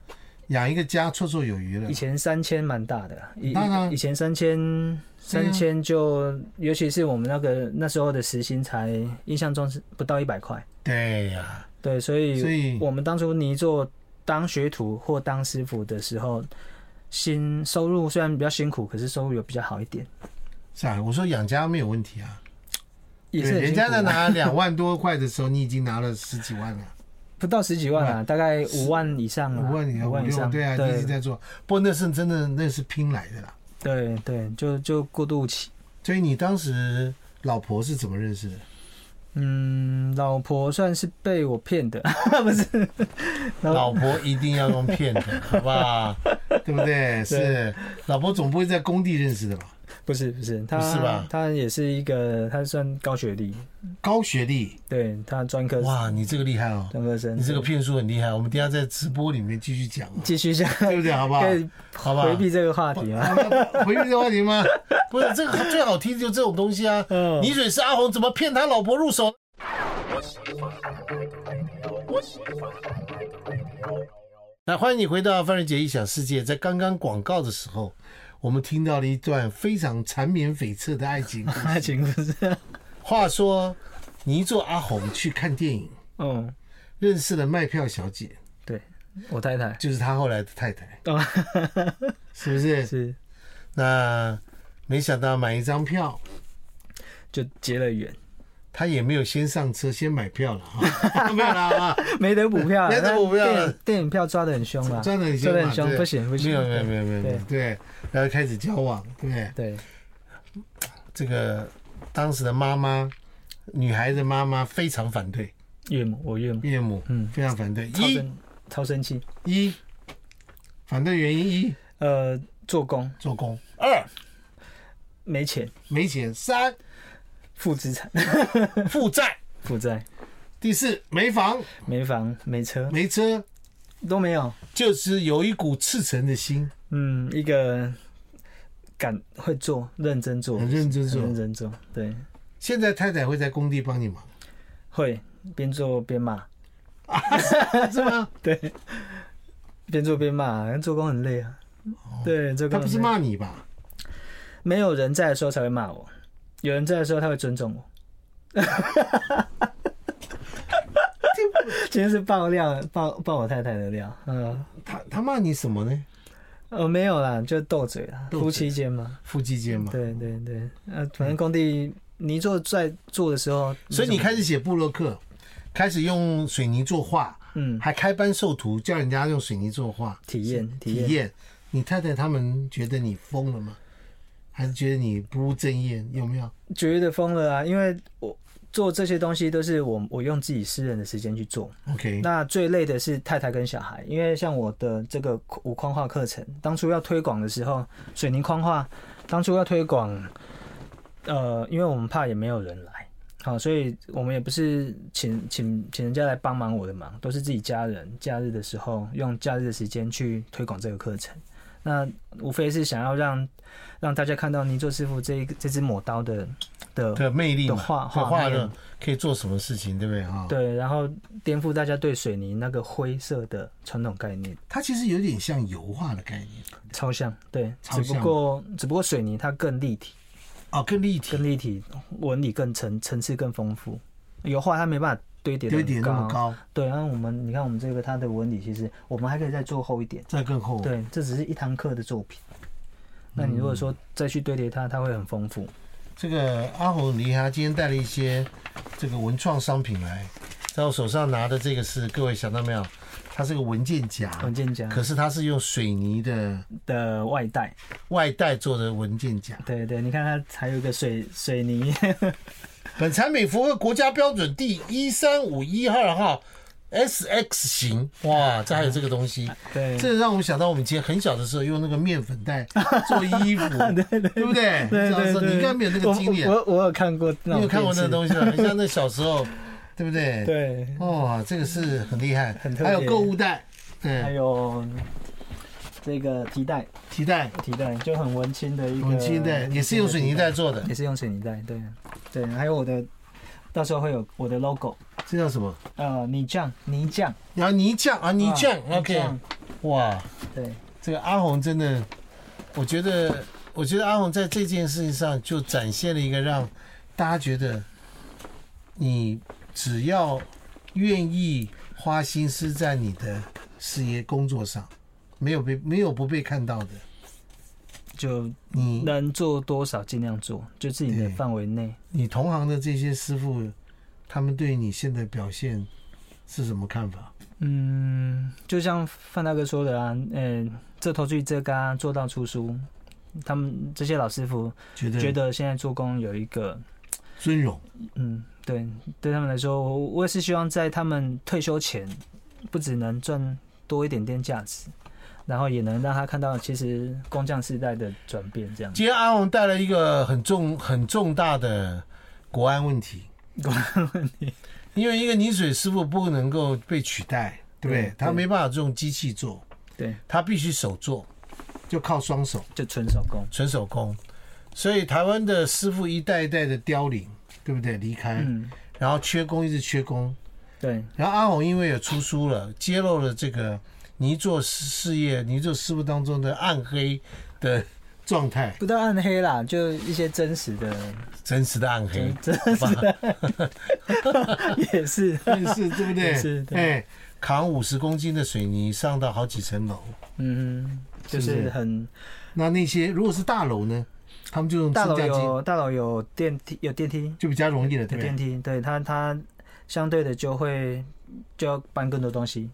Speaker 1: 养一个家绰绰有余了
Speaker 2: 以。前三千蛮大的啦，啊以
Speaker 1: 当然
Speaker 2: 以前三千
Speaker 1: 对啊
Speaker 2: 三千就，尤其是我们那个那时候的时薪才印象中是不到一百块，
Speaker 1: 对呀，
Speaker 2: 对，所以
Speaker 1: 所以
Speaker 2: 我们当初泥做当学徒或当师傅的时候，薪收入虽然比较辛苦，可是收入有比较好一点，
Speaker 1: 是啊，我说养家没有问题啊。
Speaker 2: 也是
Speaker 1: 对
Speaker 2: 很
Speaker 1: 人
Speaker 2: 辛
Speaker 1: 家
Speaker 2: 苦
Speaker 1: 在
Speaker 2: 啊
Speaker 1: 拿两万多块的时候，你已经拿了十几万了，
Speaker 2: 不到十几万啊，大概五万以上啊，
Speaker 1: 五万以
Speaker 2: 五
Speaker 1: 上、
Speaker 2: 万
Speaker 1: 五
Speaker 2: 以
Speaker 1: 六，
Speaker 2: 上，
Speaker 1: 对啊，你一直
Speaker 2: 对
Speaker 1: 在做。不过那是真的，那是拼来的啦。
Speaker 2: 对对，就就过渡期。
Speaker 1: 所以你当时老婆是怎么认识的？
Speaker 2: 嗯，老婆算是被我骗的， 不是？然后
Speaker 1: 老婆一定要用骗的，好不 好？对不对？是，老婆总不会在工地认识的吧？
Speaker 2: 不是不是，他
Speaker 1: 是吧
Speaker 2: 他也是一个，他算高学历，
Speaker 1: 高学历，
Speaker 2: 对他专科
Speaker 1: 哇，你这个厉害哦，
Speaker 2: 专科生。
Speaker 1: 你这个骗术很厉害。我们等一下在直播里面继续讲 哦，
Speaker 2: 继续下，
Speaker 1: 对不对？好不好？
Speaker 2: 可以
Speaker 1: 好不好？
Speaker 2: 回避这个话题啊吗？
Speaker 1: 回避这个话题吗？不是，这个最好听的就是这种东西啊。
Speaker 2: 嗯
Speaker 1: 泥水是阿红怎么骗他老婆入手？来，欢迎你回到范瑞杰异想世界。在刚刚广告的时候，我们听到了一段非常缠绵悱恻的爱情故 事。
Speaker 2: 爱情不是？
Speaker 1: 话说，泥做阿红去看电影，
Speaker 2: 嗯，
Speaker 1: 认识了卖票小姐，
Speaker 2: 对我太太
Speaker 1: 就是他后来的太太，
Speaker 2: 哦，
Speaker 1: 是不是？
Speaker 2: 是
Speaker 1: 那没想到买一张票，
Speaker 2: 就结了缘，
Speaker 1: 他也没有先上车，先买票了 哈，没有啦啊，
Speaker 2: 没得补票 啊，
Speaker 1: 没得补票啊
Speaker 2: 但电影电影票抓的很凶啊，
Speaker 1: 赚的很
Speaker 2: 抓
Speaker 1: 凶
Speaker 2: 得
Speaker 1: 嘛，对
Speaker 2: 很凶，不行不行，
Speaker 1: 没有没有没有没有没有，对，然后开始交往，对，
Speaker 2: 对
Speaker 1: 这个当时的妈妈，女孩的妈妈非常反对，
Speaker 2: 对，岳母我岳母
Speaker 1: 岳母，嗯，非常反对，
Speaker 2: 超
Speaker 1: 一
Speaker 2: 生超生气，
Speaker 1: 一反对原因一
Speaker 2: 呃，做工
Speaker 1: 做工，二
Speaker 2: 没钱，
Speaker 1: 没钱，三
Speaker 2: 负资产
Speaker 1: 负债，
Speaker 2: 负债，
Speaker 1: 第四没房
Speaker 2: 没房没车
Speaker 1: 没车，
Speaker 2: 都没有，
Speaker 1: 就是有一股赤诚的心，
Speaker 2: 嗯，一个敢会做、认真做、
Speaker 1: 很认真做
Speaker 2: 很认真做，对，
Speaker 1: 现在太太会在工地帮你忙，
Speaker 2: 会边做边骂，
Speaker 1: 是吗？
Speaker 2: 对，边做边骂，做工很累啊。
Speaker 1: 哦
Speaker 2: 对，做工
Speaker 1: 她
Speaker 2: 很
Speaker 1: 不是
Speaker 2: 累，
Speaker 1: 骂你吧？
Speaker 2: 没有人在的时候才会骂我，有人在的时候他会尊 重我。今天是爆料，爆爆我太太的料，嗯，
Speaker 1: 她她骂你什么呢？
Speaker 2: 呃，没有啦，就斗嘴啦，
Speaker 1: 斗嘴
Speaker 2: 夫妻间嘛，
Speaker 1: 腹肌肩嘛。
Speaker 2: 对对对，呃，反正工地泥做在做的时候，
Speaker 1: 所以你开始写布洛克，开始用水泥作画，
Speaker 2: 嗯，
Speaker 1: 还开班授徒，教人家用水泥作画
Speaker 2: 体验
Speaker 1: 体
Speaker 2: 体验，
Speaker 1: 验。你太太他们觉得你疯了吗？还是觉得你不务正业？有没有？
Speaker 2: 觉得疯了啊！因为我做这些东西都是我我用自己私人的时间去做，
Speaker 1: OK，
Speaker 2: 那最累的是太太跟小孩，因为像我的这个无框化课程，当初要推广的时候，水泥框化，当初要推广，呃，因为我们怕也没有人来，好，所以我们也不是请请请人家来帮忙我的忙，都是自己家人假日的时候用假日的时间去推广这个课程。那无非是想要让让大家看到泥作师傅这一个这支抹刀的的
Speaker 1: 的魅力嘛
Speaker 2: 的画
Speaker 1: 对啊
Speaker 2: 画
Speaker 1: 画
Speaker 2: 面
Speaker 1: 的可以做什么事情，对不对哈？，
Speaker 2: 对，然后颠覆大家对水泥那个灰色的传统概念，
Speaker 1: 它其实有点像油画的概念
Speaker 2: 超像对，
Speaker 1: 超
Speaker 2: 只
Speaker 1: 像
Speaker 2: 不过只不过水泥它更立体，
Speaker 1: 哦，更立体
Speaker 2: 更，立体，纹理更层层次更丰富，油画它没办法堆叠得
Speaker 1: 有
Speaker 2: 很
Speaker 1: 点那么高，
Speaker 2: 对，然后我们你看我们这个它的纹理，其实我们还可以再做厚一点。
Speaker 1: 再更厚。，
Speaker 2: 对，这只是一堂课的作品。那你如果说再去堆叠它，它会很丰富。
Speaker 1: 这个阿红离他今天带了一些这个文创商品来，在我手上拿的这个是各位想到没有？它是个文件夹，
Speaker 2: 文件夹
Speaker 1: 可是它是用水泥的
Speaker 2: 的外带，
Speaker 1: 外带做的文件夹。
Speaker 2: 对对，你看它还有一个水水泥，
Speaker 1: 本产品符合国家标准第一三五一二号 S X 型，哇，这还有这个东西，
Speaker 2: 对
Speaker 1: 这让我们想到我们以前很小的时候用那个面粉袋做衣 服，对不对？
Speaker 2: 对
Speaker 1: 小
Speaker 2: 对
Speaker 1: 时候
Speaker 2: 对，
Speaker 1: 你应该没有那个经验，
Speaker 2: 我我我有看过那
Speaker 1: 你
Speaker 2: 种，
Speaker 1: 有看过那个
Speaker 2: 西？
Speaker 1: 东西吗？很像那小时候，对不对？。
Speaker 2: 对，
Speaker 1: 哇，这个是 很厉害，
Speaker 2: 很特
Speaker 1: 还
Speaker 2: 别
Speaker 1: 有购物袋，
Speaker 2: 还
Speaker 1: 对，
Speaker 2: 有这个提袋，
Speaker 1: 提袋、
Speaker 2: 提袋就很文青的一个，
Speaker 1: 文青袋也是用水泥袋，做的，
Speaker 2: 也是用水泥袋，对对，还有我的，到时候会有我的 logo，
Speaker 1: 这叫什么？
Speaker 2: 呃，泥匠泥匠，
Speaker 1: 然后泥匠啊，泥匠
Speaker 2: 啊泥
Speaker 1: ，OK，
Speaker 2: 匠
Speaker 1: 哇，
Speaker 2: 对。
Speaker 1: 这个阿红真的，我觉得，我觉得阿红在这件事情上就展现了一个让大家觉得，你只要愿意花心思在你的事业工作上，没有被没有不被看到的，
Speaker 2: 就
Speaker 1: 你
Speaker 2: 能做多少尽量做，就自己的范围内。
Speaker 1: 你同行的这些师傅，他们对你现在表现是什么看法？
Speaker 2: 嗯，就像范大哥说的啊，嗯、这头去这嘎做到出书，他们这些老师傅
Speaker 1: 觉得
Speaker 2: 觉得现在做工有一个，
Speaker 1: 尊荣，
Speaker 2: 嗯，对，对他们来说，我我也是希望在他们退休前，不只能赚多一点点价值，然后也能让他看到其实工匠时代的转变，这样。
Speaker 1: 今天阿红带了一个很重很重大的国安问题，
Speaker 2: 国安问题，
Speaker 1: 因为一个泥水师傅不能够被取代，对不对？
Speaker 2: 对
Speaker 1: 他没办法用机器做，
Speaker 2: 对，
Speaker 1: 他必须手做，就靠双手
Speaker 2: 就纯手工。
Speaker 1: 纯手工。所以台湾的师傅一代一代的凋零，对不对？离开，
Speaker 2: 嗯，
Speaker 1: 然后缺工一直缺工，
Speaker 2: 对，
Speaker 1: 然后阿红因为有出书了，揭露了这个泥作事业、泥作师傅当中的暗黑的状态，
Speaker 2: 不到暗黑啦，就一些真实的
Speaker 1: 真实的暗黑，
Speaker 2: 真
Speaker 1: 好吧，
Speaker 2: 哎 也是，
Speaker 1: 真是对不对？
Speaker 2: 是对
Speaker 1: 哎，扛五十公斤的水泥上到好几层楼，
Speaker 2: 嗯，就是
Speaker 1: 不
Speaker 2: 是
Speaker 1: 是
Speaker 2: 很
Speaker 1: 那那些如果是大楼呢，他们就用
Speaker 2: 大
Speaker 1: 升
Speaker 2: 楼
Speaker 1: 降机，
Speaker 2: 有大楼有电梯，有电梯，
Speaker 1: 就比较容易了，
Speaker 2: 有
Speaker 1: 对不
Speaker 2: 电
Speaker 1: 对？
Speaker 2: 梯，对它它相对的就会就要搬更多东西，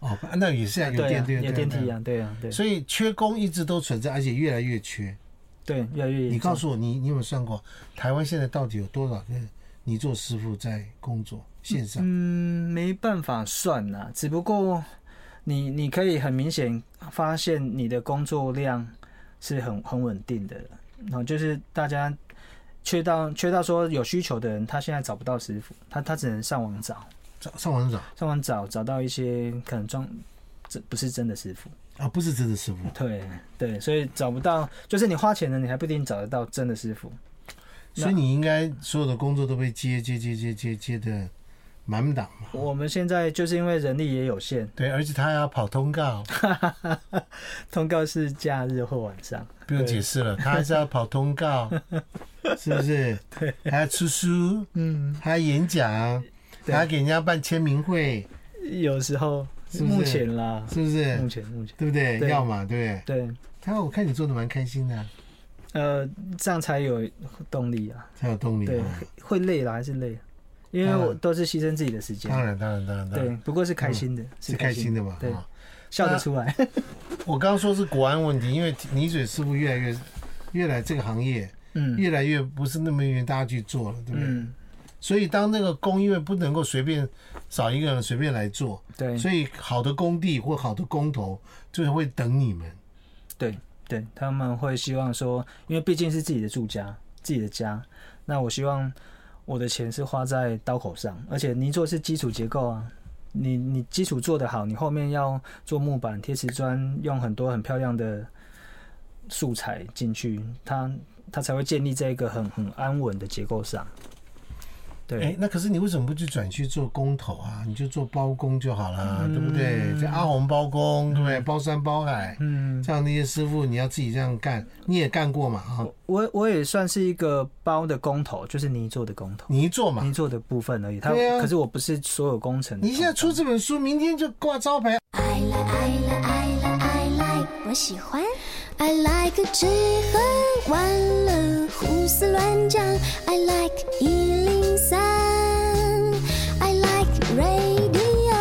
Speaker 1: 哦，那也是啊，有
Speaker 2: 对啊
Speaker 1: 电梯，
Speaker 2: 有电梯
Speaker 1: 啊。
Speaker 2: 啊，对啊，对，
Speaker 1: 所以缺工一直都存在，而且越来越缺。
Speaker 2: 对越来越严重
Speaker 1: 你告诉我，你你有没有算过，台湾现在到底有多少个泥做师傅在工作线上？
Speaker 2: 嗯，没办法算啦，只不过你你可以很明显发现你的工作量是很很稳定的了，然后就是大家缺到缺到说有需求的人，他现在找不到师傅，他他只能上网找，
Speaker 1: 上上网找
Speaker 2: 上网找找到一些可能装这不是真的师傅，
Speaker 1: 啊，不是真的师傅。
Speaker 2: 对对，所以找不到，就是你花钱了，你还不一定找得到真的师傅，那
Speaker 1: 所以你应该所有的工作都被接接接接接接的满档嘛？
Speaker 2: 我们现在就是因为人力也有限，
Speaker 1: 对，而且他还要跑通告，
Speaker 2: 通告是假日或晚上。
Speaker 1: 不用
Speaker 2: 对
Speaker 1: 解释了，他还是要跑通告， 是不是？ 对，还要出书，
Speaker 2: 嗯，
Speaker 1: 还要演讲，
Speaker 2: 对
Speaker 1: 还要给人家办签名会，
Speaker 2: 有时候
Speaker 1: 是不是
Speaker 2: 目前啦，
Speaker 1: 是不是
Speaker 2: 目？前目前
Speaker 1: 对不嗯对？
Speaker 2: 对
Speaker 1: 要嘛，对不对？
Speaker 2: 对，
Speaker 1: 他我看你做的蛮开心的啊，
Speaker 2: 呃，这样才有动力啊。
Speaker 1: 才有动力
Speaker 2: 对
Speaker 1: 啊。，
Speaker 2: 会累啦还是累啊，因为
Speaker 1: 当然
Speaker 2: 我都是牺牲自己的时间。
Speaker 1: 当然，当然，当然，当
Speaker 2: 对
Speaker 1: 然，，
Speaker 2: 不过是开心的，
Speaker 1: 是开心的嘛。
Speaker 2: 对
Speaker 1: 啊
Speaker 2: 笑得出来。
Speaker 1: 我刚刚说是国安问题，因为泥水师傅越来越，越来这个行业
Speaker 2: 嗯
Speaker 1: 越来越不是那么愿意大家去做了，对不对？
Speaker 2: 嗯，
Speaker 1: 所以当那个工因为不能够随便找一个人随便来做，
Speaker 2: 对
Speaker 1: 所以好的工地或好的工头就是会等你们。
Speaker 2: 对对，他们会希望说，因为毕竟是自己的住家，自己的家，那我希望我的钱是花在刀口上，而且泥做是基础结构啊。你你基础做得好，你后面要做木板、贴瓷砖，用很多很漂亮的素材进去，它它才会建立在一个很很安稳的结构上。对，
Speaker 1: 哎，那可是你为什么不去转去做工头啊？你就做包工就好了，
Speaker 2: 嗯
Speaker 1: 对不对？这阿红包工，对不对？包山包海，
Speaker 2: 嗯，
Speaker 1: 这样那些师傅你要自己这样干，你也干过嘛啊？
Speaker 2: 我我也算是一个包的工头，就是泥做的工头，
Speaker 1: 你一做嘛
Speaker 2: 泥，做的部分而已。它、
Speaker 1: 对啊
Speaker 2: 可是我不是所有工程的
Speaker 1: 你现在出这本书，明天就挂招牌，
Speaker 3: I like, I like, I like, I like，我喜欢。I like 吃喝玩乐，胡思乱讲。I like 一零三，I like radio。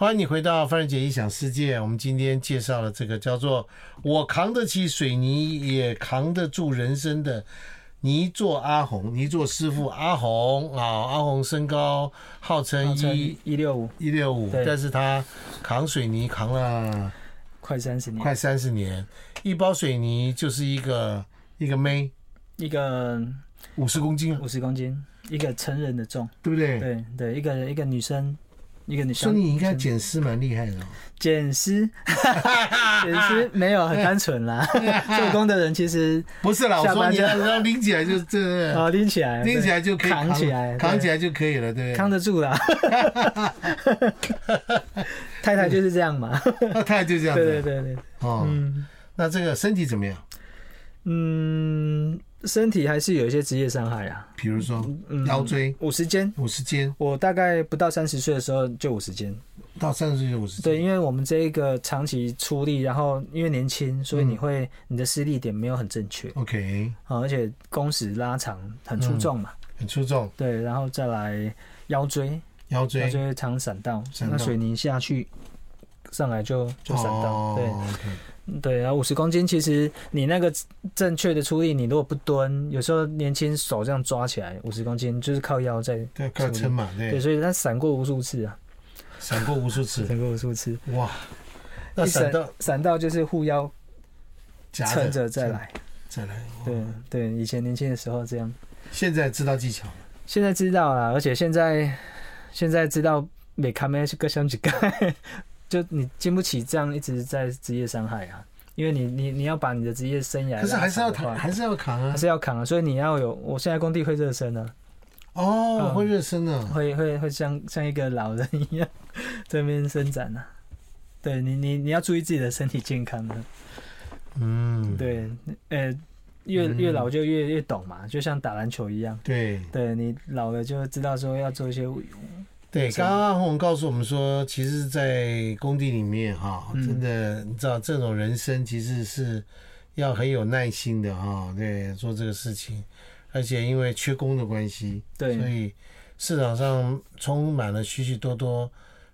Speaker 1: 欢迎你回到范仁杰异想世界。我们今天介绍了这个叫做“我扛得起水泥，也扛得住人生”的泥做阿红，泥做师傅阿红啊。阿红身高号称一
Speaker 2: 一六五
Speaker 1: 一六五，
Speaker 2: 对
Speaker 1: 但是他扛水泥扛了
Speaker 2: 快三十年，
Speaker 1: 快三十年，一包水泥就是一个一个妹
Speaker 2: 一个
Speaker 1: 五十公斤啊，
Speaker 2: 五十公斤，一个成人的重。
Speaker 1: 对不对？
Speaker 2: 对对，一个一个女生，一个女
Speaker 1: 所
Speaker 2: 生。
Speaker 1: 以你应该捡尸蛮厉害的哦。
Speaker 2: 捡尸，捡尸没有很单纯啦。做工的人其实
Speaker 1: 不是啦，我
Speaker 2: 下
Speaker 1: 说
Speaker 2: 班
Speaker 1: 你
Speaker 2: 就
Speaker 1: 要要拎起来就这。
Speaker 2: 啊拎起来，
Speaker 1: 拎起来就可
Speaker 2: 对
Speaker 1: 以
Speaker 2: 扛起来，
Speaker 1: 扛
Speaker 2: 对
Speaker 1: 起来就可以了，对不
Speaker 2: 扛
Speaker 1: 对？
Speaker 2: 得住啦。太太就是这样嘛，
Speaker 1: 那太太就这样
Speaker 2: 对对
Speaker 1: 子
Speaker 2: 对对，
Speaker 1: 哦。
Speaker 2: 嗯
Speaker 1: 那这个身体怎么样？
Speaker 2: 嗯，身体还是有一些职业伤害啊，
Speaker 1: 比如说
Speaker 2: 嗯，
Speaker 1: 腰椎
Speaker 2: 五十肩。
Speaker 1: 五十肩
Speaker 2: 我大概不到三十岁的时候就五十肩，
Speaker 1: 到三十岁五十
Speaker 2: 对，
Speaker 1: 肩，
Speaker 2: 因为我们这一个长期出力，然后因为年轻，所以你会、你的施力点没有很正确，
Speaker 1: ，OK，
Speaker 2: 啊，而且工时拉长，很出众嘛。
Speaker 1: 很出众，
Speaker 2: 对，然后再来腰椎，
Speaker 1: 腰
Speaker 2: 腰
Speaker 1: 椎
Speaker 2: 椎常闪到，
Speaker 1: 闪到
Speaker 2: 那水泥下去上来就就闪到。
Speaker 1: 哦，OK，
Speaker 2: 对对，然后五十公斤，其实你那个正确的出力，你如果不蹲，有时候年轻手这样抓起来，五十公斤就是靠腰在。
Speaker 1: 对，快撑嘛，
Speaker 2: 对，
Speaker 1: 对，
Speaker 2: 所以他闪过无数次啊，
Speaker 1: 闪过无数次，
Speaker 2: 闪过无数次，
Speaker 1: 哇，那
Speaker 2: 一
Speaker 1: 闪到
Speaker 2: 闪到就是护腰
Speaker 1: 夹
Speaker 2: 撑着再，来。
Speaker 1: 再来，
Speaker 2: 对对，以前年轻的时候这样，
Speaker 1: 现在知道技巧了，
Speaker 2: 现在知道啦，而且现在现在知道每看每是各想几个， 就你经不起这样一直在职业伤害啊，因为你你你要把你的职业生涯
Speaker 1: 可是还是要
Speaker 2: 拉长的
Speaker 1: 扛，
Speaker 2: 话
Speaker 1: 还是要扛啊
Speaker 2: 还，是要扛啊，所以你要有，我现在工地会热身啊，
Speaker 1: 哦，
Speaker 2: 嗯
Speaker 1: 会热身呢，
Speaker 2: 会会会像像一个老人一样 这边伸展啊。对你，你你要注意自己的身体健康啊。
Speaker 1: 嗯，
Speaker 2: 对，呃，越越老就越越懂嘛，就像打篮球一样。
Speaker 1: 对。
Speaker 2: 对你老了就知道说要做一些
Speaker 1: 对，
Speaker 2: 是
Speaker 1: 刚刚阿红告诉我们说，其实，在工地里面哈，
Speaker 2: 嗯
Speaker 1: 真的，你知道这种人生其实是要很有耐心的哈，对，做这个事情，而且因为缺工的关系，所
Speaker 2: 对
Speaker 1: 以市场上充满了许许多多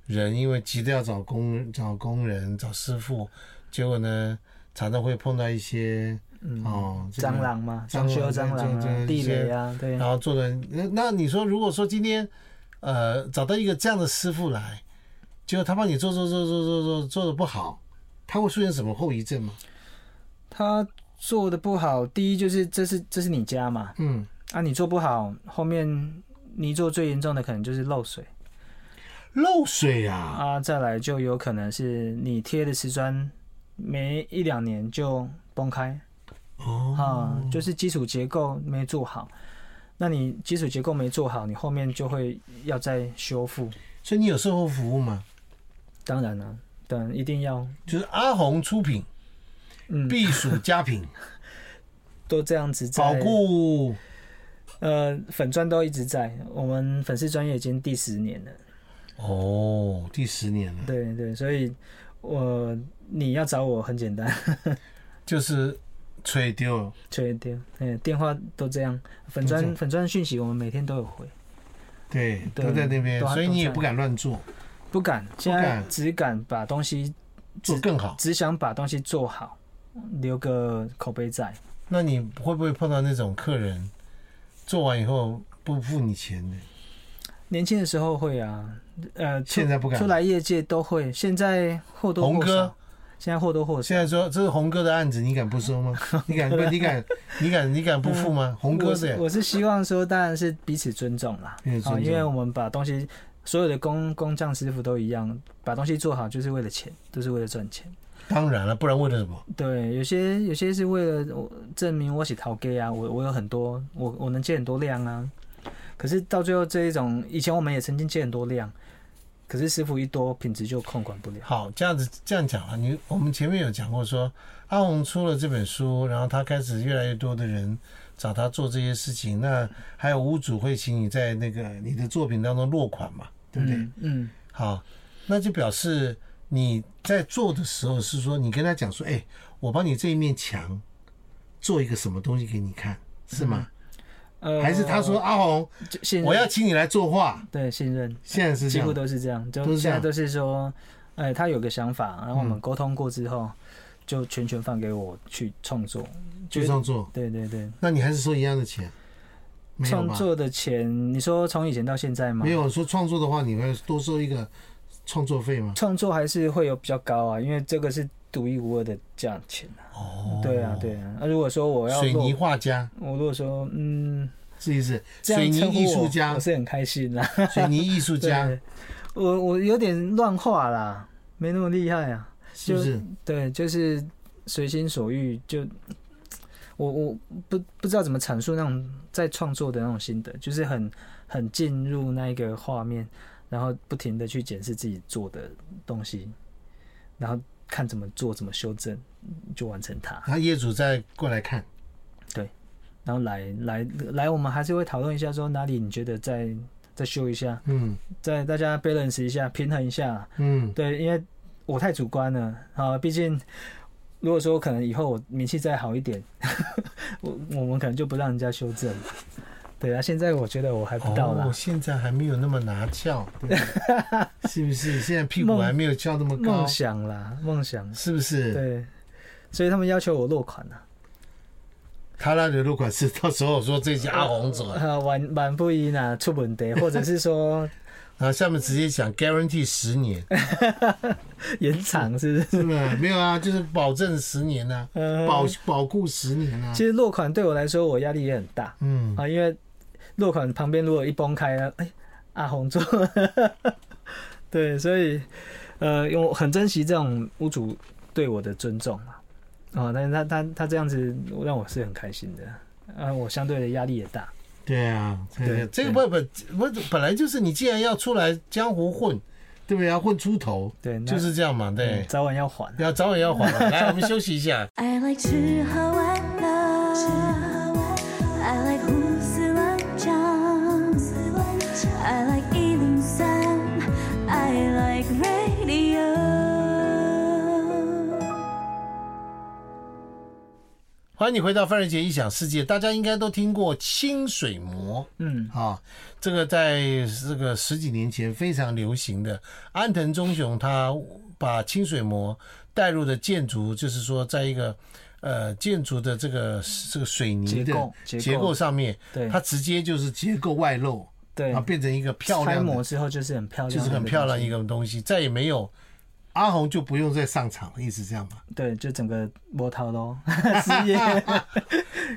Speaker 1: 人，因为急着要找工找工人、找师傅，结果呢，常常会碰到一些
Speaker 2: 嗯
Speaker 1: 哦这个
Speaker 2: 蟑螂嘛，
Speaker 1: 蟑螂
Speaker 2: 装修蟑螂
Speaker 1: 这这
Speaker 2: 啊，地雷啊，对
Speaker 1: 然后做的那那你说，如果说今天呃找到一个这样的师傅来，结果他帮你做做做做做做做的不好，他会出现什么后遗症吗？
Speaker 2: 他做的不好，第一就是这是这是你家嘛，
Speaker 1: 嗯，
Speaker 2: 啊你做不好，后面泥做最严重的可能就是漏水
Speaker 1: 漏水啊，
Speaker 2: 啊，再来就有可能是你贴的瓷砖没一两年就崩开
Speaker 1: 哦，
Speaker 2: 啊，就是基础结构没做好。那你基础结构没做好，你后面就会要再修复。
Speaker 1: 所以你有售后服务吗？
Speaker 2: 当然了、当然一定要，
Speaker 1: 就是阿红出品，
Speaker 2: 嗯，
Speaker 1: 必属佳品，
Speaker 2: 都这样子在
Speaker 1: 保固
Speaker 2: 呃，粉砖都一直在，我们粉丝专业已经第十年了，
Speaker 1: 哦，第十年了，
Speaker 2: 对对，所以我你要找我很简单，
Speaker 1: 就是吹丢了，
Speaker 2: 确定，嗯，电话都这样，粉
Speaker 1: 都这
Speaker 2: 砖
Speaker 1: 样
Speaker 2: 粉砖讯息我们每天都有回，
Speaker 1: 对，
Speaker 2: 对
Speaker 1: 都在那边
Speaker 2: 都，
Speaker 1: 所以你也
Speaker 2: 都在
Speaker 1: 不敢乱做，
Speaker 2: 不敢，现在只敢把东西，
Speaker 1: 做更好。
Speaker 2: 只想把东西做好，留个口碑在。
Speaker 1: 那你会不会碰到那种客人做完以后不付你钱的？
Speaker 2: 年轻的时候会啊，呃，出
Speaker 1: 现在不敢
Speaker 2: 出来业界都会，现在或多
Speaker 1: 红
Speaker 2: 或
Speaker 1: 哥
Speaker 2: 少，现在或多或少
Speaker 1: 现。在说这是红哥的案子，你敢不收 吗？你敢不？你敢？你敢？你敢不付吗？红哥
Speaker 2: 嗯我
Speaker 1: 的
Speaker 2: 是我是希望说，当然是彼此尊重啦
Speaker 1: 彼此，尊重
Speaker 2: 因为我们把东西所有的工工匠师傅都一样，把东西做好就是为了钱，都是为了赚钱。
Speaker 1: 当然了，不然为了什么？
Speaker 2: 对，有些有些是为了我证明我写陶 gay 啊，我我有很多，我我能接很多量啊。可是到最后这一种，以前我们也曾经接很多量，可是师傅一多，品质就控管不了。
Speaker 1: 好，这样子这样讲啊，你我们前面有讲过说，阿红出了这本书，然后他开始越来越多的人找他做这些事情，那还有屋主会请你在那个你的作品当中落款嘛，对不对？
Speaker 2: 嗯嗯，
Speaker 1: 好，那就表示你在做的时候是说，你跟他讲说，哎、我帮你这一面墙做一个什么东西给你看，是吗？
Speaker 2: 呃
Speaker 1: 还是他说阿红，
Speaker 2: 就信任
Speaker 1: 我要请你来作画，
Speaker 2: 对信任，
Speaker 1: 现在是这
Speaker 2: 几乎
Speaker 1: 样，
Speaker 2: 都是这样，就
Speaker 1: 都是这
Speaker 2: 现在
Speaker 1: 样
Speaker 2: 都是说，哎、他有个想法，然后我们沟通过之后，就全权放给我去创作。
Speaker 1: 就这样做。
Speaker 2: 对对对，
Speaker 1: 那你还是收一样的钱？没有
Speaker 2: 创
Speaker 1: 吧？
Speaker 2: 作的钱，你说从以前到现在吗？
Speaker 1: 没有说创作的话，你会多收一个创作费吗？
Speaker 2: 创作还是会有比较高啊，因为这个是独一无二的价钱啊。
Speaker 1: 哦
Speaker 2: 对啊，对啊。那、如果说我要
Speaker 1: 水泥
Speaker 2: 落，
Speaker 1: 画家
Speaker 2: 我如果说嗯，
Speaker 1: 是不是？
Speaker 2: 这样
Speaker 1: 水泥
Speaker 2: 称呼
Speaker 1: 艺术
Speaker 2: 我
Speaker 1: 家
Speaker 2: 我，是很开心啦。
Speaker 1: 水泥艺术家
Speaker 2: 对，我我有点乱画啦，没那么厉害啊。
Speaker 1: 是不是？
Speaker 2: 对，就是随心所欲，就我我不不知道怎么阐述那种在创作的那种心得，就是很很进入那一个画面，然后不停的去检视自己做的东西，然后看怎么做，怎么修正，就完成它。
Speaker 1: 然后业主再过来看，
Speaker 2: 然后来来来，我们还是会讨论一下，说哪里你觉得再再修一下，
Speaker 1: 嗯
Speaker 2: 再大家 balance 一下，平衡一下。
Speaker 1: 嗯，
Speaker 2: 对，因为我太主观了啊，毕竟如果说可能以后我名气再好一点， 我我们可能就不让人家修正了。对啊，现在我觉得我还不到啦
Speaker 1: 哦，，现在还没有那么拿 翘，对不对是不是？现在屁股
Speaker 2: 梦
Speaker 1: 还没有翘那么
Speaker 2: 梦、
Speaker 1: 高，
Speaker 2: 想啦，梦想。
Speaker 1: 是不是？
Speaker 2: 对，所以他们要求我落款啊，
Speaker 1: 他那的路款是到时候说这家阿红 走了，
Speaker 2: 啊，晚晚不一呢，出本得，或者是说
Speaker 1: 然后下面直接讲 guarantee 十年，
Speaker 2: 延长，是不是？
Speaker 1: 是不是？没有啊，就是保证十年呐、
Speaker 2: 呃
Speaker 1: 保保固十年啊
Speaker 2: 其。实落款对我来说，我压力也很大
Speaker 1: 嗯，
Speaker 2: 啊，因为落款旁边如果一崩开了，哎、阿红做 了，对，所以呃，我很珍惜这种屋主对我的尊重啊，啊，但是他他他这样子让我是很开心的，啊，我相对的压力也大，
Speaker 1: 对啊，这个
Speaker 2: 对
Speaker 1: 这个不不不，本来就是你既然要出来江湖混，对不对？要混出头，
Speaker 2: 对，那
Speaker 1: 就是这样嘛，
Speaker 2: 嗯
Speaker 1: 对。
Speaker 2: 早晚要还。
Speaker 1: 要早晚要还 嘛。来，我们休息一下。
Speaker 3: I like 吃喝玩乐。I like 胡思乱想。I like 一零三。I like radio。
Speaker 1: 欢迎你回到范仁杰异想世界。大家应该都听过清水模
Speaker 2: 嗯，
Speaker 1: 啊，这个在这个十几年前非常流行的。安藤忠雄他把清水模带入的建筑，就是说在一个呃建筑的这个这个水泥
Speaker 2: 结
Speaker 1: 的
Speaker 2: 构结构
Speaker 1: 结构上面，
Speaker 2: 对
Speaker 1: 它直接就是结构外露。
Speaker 2: 对
Speaker 1: 啊，，变成一个漂
Speaker 2: 开
Speaker 1: 亮
Speaker 2: 模
Speaker 1: 的，
Speaker 2: 之后就是很漂亮，
Speaker 1: 就是很漂亮一，个东西，再也没有阿红就不用再上场了，一直这样嘛。
Speaker 2: 对，就整个波涛 喽，失业，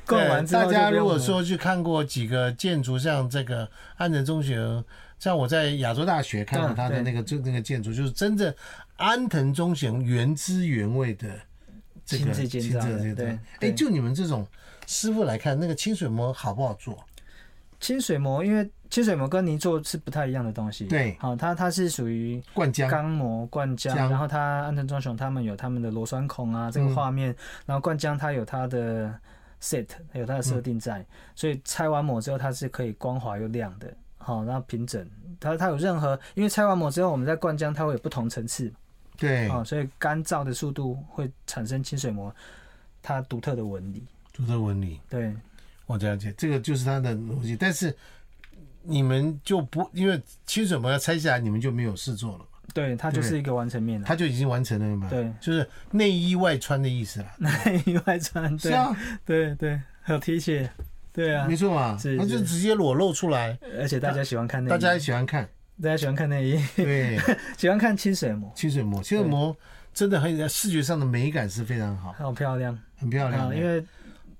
Speaker 2: 逛
Speaker 1: 对
Speaker 2: 完之后
Speaker 1: 大
Speaker 2: 就
Speaker 1: 家
Speaker 2: 不用
Speaker 1: 如果
Speaker 2: 了
Speaker 1: 说去看过几个建筑，像这个安藤忠雄，像我在亚洲大学看过
Speaker 2: 嗯
Speaker 1: 他的
Speaker 2: 对
Speaker 1: 那个就那个建筑，就是真正安藤忠雄原汁原味的这个
Speaker 2: 亲自建造的
Speaker 1: 这
Speaker 2: 对
Speaker 1: 个。哎，
Speaker 2: 对
Speaker 1: 就你们这种师傅来看，那个清水模好不好做？
Speaker 2: 清水模，因为清水模跟泥做是不太一样的东西。
Speaker 1: 对
Speaker 2: 好、它它是属于
Speaker 1: 灌浆
Speaker 2: 钢模灌浆，
Speaker 1: 浆
Speaker 2: 然后它安藤忠雄他们有他们的螺栓孔啊，这
Speaker 1: 嗯
Speaker 2: 个画面，然后灌浆它有它的 set，有它的
Speaker 1: 嗯
Speaker 2: 设定在，所以拆完模之后它是可以光滑又亮的，好、然后平整。它它有任何，因为拆完模之后，我们在灌浆它会有不同层次
Speaker 1: 对，
Speaker 2: 哦，所以干燥的速度会产生清水模它独特的纹理。
Speaker 1: 独特纹理。
Speaker 2: 对，
Speaker 1: 我了解，这个就是他的逻辑。但是你们就不因为清水模要拆下来，你们就没有事做了嘛，
Speaker 2: 对，它就是一个完成面啊了。
Speaker 1: 他就已经完成了嘛。
Speaker 2: 对
Speaker 1: 就是内衣外穿的意思啦。
Speaker 2: 意外穿，
Speaker 1: 是
Speaker 2: 对，
Speaker 1: 啊，
Speaker 2: 对对，还有 T 恤，对啊
Speaker 1: 没，错嘛，
Speaker 2: 是
Speaker 1: 他就是直接裸露出来，
Speaker 2: 而且大家喜欢看内衣，
Speaker 1: 大家也喜欢 看。
Speaker 2: 大家喜欢看内衣，
Speaker 1: 对，
Speaker 2: 喜欢看清水模，
Speaker 1: 清水模，清水模真的很视觉上的美感是非常好，
Speaker 2: 好漂亮
Speaker 1: 很漂亮
Speaker 2: 啊！
Speaker 1: 的。
Speaker 2: 因为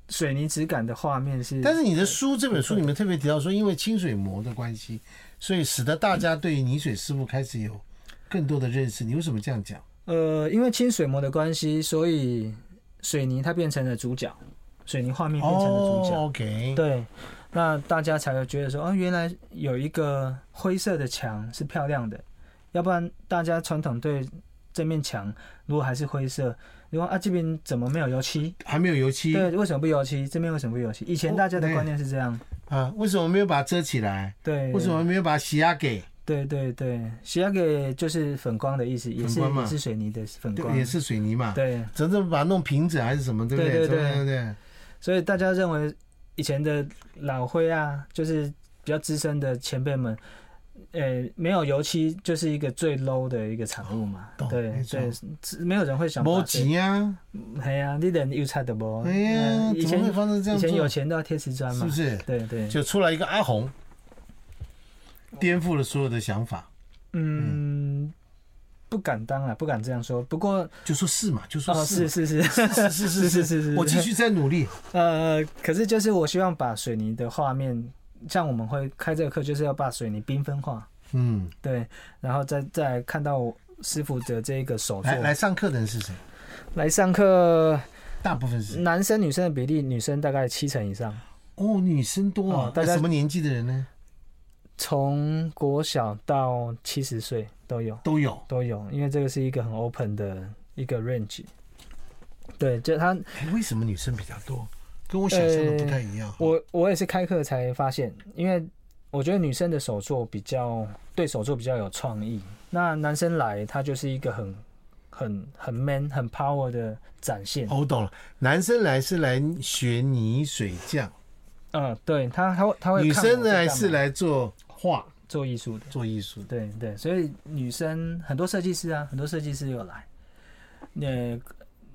Speaker 2: 水泥质感的画面是，
Speaker 1: 但是你的书这本书里面特别提到说，因为清水模的关系，所以使得大家对于泥水师傅开始有更多的认识。你为什么这样讲？
Speaker 2: 呃，因为清水模的关系，所以水泥它变成了主角，水泥画面变成了主角。
Speaker 1: 哦，OK，
Speaker 2: 对，那大家才会觉得说，哦，原来有一个灰色的墙是漂亮的，要不然大家传统对这面墙如果还是灰色，如果啊这边怎么没有油漆？
Speaker 1: 还没有油漆
Speaker 2: 对，为什么不油漆？这边为什么不油漆？以前大
Speaker 1: 哦
Speaker 2: 家的观念是这样，
Speaker 1: 啊？为什么没有把它遮起来？
Speaker 2: 对，
Speaker 1: 为什么？没有把它洗压给？
Speaker 2: 对对对，洗亚给就是粉光的意思，也
Speaker 1: 粉
Speaker 2: 是
Speaker 1: 光嘛
Speaker 2: 也是水泥的粉
Speaker 1: 对
Speaker 2: 光，
Speaker 1: 也是水泥嘛。
Speaker 2: 对，
Speaker 1: 怎么把它弄平整还是什么？对不
Speaker 2: 对
Speaker 1: 对
Speaker 2: 对对
Speaker 1: 对对。
Speaker 2: 所以大家认为以前的老灰啊，就是比较资深的前辈们，呃，没有油漆就是一个最 low 的一个产物嘛。
Speaker 1: 哦懂
Speaker 2: 对
Speaker 1: 没错
Speaker 2: 对，是没有人会想把
Speaker 1: 没
Speaker 2: 这。
Speaker 1: 钱啊！
Speaker 2: 嘿呀、啊，你连油漆都无。
Speaker 1: 哎呀
Speaker 2: 嗯，以
Speaker 1: 怎么会
Speaker 2: 前
Speaker 1: 发生这
Speaker 2: 以
Speaker 1: 样
Speaker 2: 前有
Speaker 1: 做？
Speaker 2: 钱都要贴瓷砖
Speaker 1: 是
Speaker 2: 嘛。
Speaker 1: 不是？
Speaker 2: 对对，
Speaker 1: 就出来一个阿红，颠覆了所有的想法，
Speaker 2: 嗯，不敢当啊，不敢这样说。不过
Speaker 1: 就说是嘛，就说
Speaker 2: 哦，
Speaker 1: 是
Speaker 2: 是
Speaker 1: 嘛
Speaker 2: 是
Speaker 1: 是
Speaker 2: 是
Speaker 1: 是是
Speaker 2: 是是是，
Speaker 1: 我继续再努力。
Speaker 2: 呃，可是就是我希望把水泥的画面，像我们会开这个课，就是要把水泥缤纷化。
Speaker 1: 嗯，
Speaker 2: 对，然后再再来看到师傅的这个手作
Speaker 1: 来来上课的人是谁？
Speaker 2: 来上课，
Speaker 1: 大部分是谁
Speaker 2: 男生女生的比例，女生大概七成以上，
Speaker 1: 哦，女生多啊
Speaker 2: 哦，大家
Speaker 1: 那什么年纪的人呢
Speaker 2: 从国小到七十岁都有
Speaker 1: 都有。
Speaker 2: 都有，因为这个是一个很 open 的一个 range。对，就他，
Speaker 1: 哎，为什么女生比较多？跟我想象的不太一样。
Speaker 2: 嗯呃我我也是开课才发现，因为我觉得女生的手作比较对手作比较有创意，那男生来他就是一个很很很 man 很 power 的展现。
Speaker 1: 哦，我懂了，男生来是来学泥水匠，
Speaker 2: 嗯，对他，他会他会
Speaker 1: 女
Speaker 2: 看
Speaker 1: 生
Speaker 2: 我在
Speaker 1: 来
Speaker 2: 干
Speaker 1: 是
Speaker 2: 嘛
Speaker 1: 来做画、
Speaker 2: 做艺术的，
Speaker 1: 做艺术的。
Speaker 2: 对对，所以女生很多设计师啊，很多设计师有来，呃，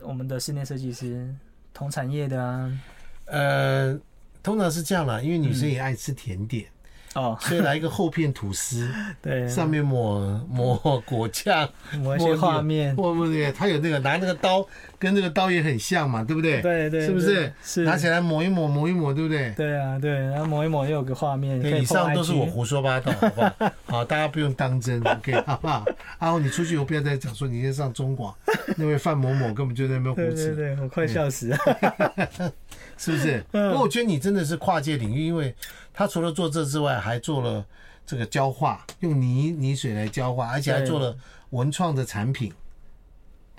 Speaker 2: 我们的室内设计师，同产业的啊，
Speaker 1: 呃，通常是这样啦，因为女生也爱吃甜点，
Speaker 2: 哦，
Speaker 1: 所以来一个厚片吐司，
Speaker 2: 对，
Speaker 1: 上啊面抹抹果酱，
Speaker 2: 某
Speaker 1: 抹
Speaker 2: 一些
Speaker 1: 那个
Speaker 2: 画面，
Speaker 1: 抹抹那个，他有那个拿那个刀，跟那个刀也很像嘛，对不对？
Speaker 2: 对对，
Speaker 1: 是不是
Speaker 2: 对？是，
Speaker 1: 拿起来抹一抹，抹一抹，对不对？
Speaker 2: 对啊，对，然后抹一抹又有个画面，可
Speaker 1: 对，
Speaker 2: 以
Speaker 1: 以上
Speaker 2: po
Speaker 1: 都是我
Speaker 2: IG
Speaker 1: 胡说八道，好不好？ 好，大家不用当真，OK，好不好？ 阿红，你出去以后不要再讲说你先上中广，那位范某某根本就在那边
Speaker 2: 对
Speaker 1: 胡
Speaker 2: 对
Speaker 1: 扯，
Speaker 2: 对，我快笑死
Speaker 1: 嗯
Speaker 2: 了。
Speaker 1: 是不是？
Speaker 2: 嗯
Speaker 1: 不过我觉得你真的是跨界领域，因为他除了做这之外，还做了这个胶化，用泥泥水来胶化，而且还
Speaker 2: 对
Speaker 1: 做了文创的产品，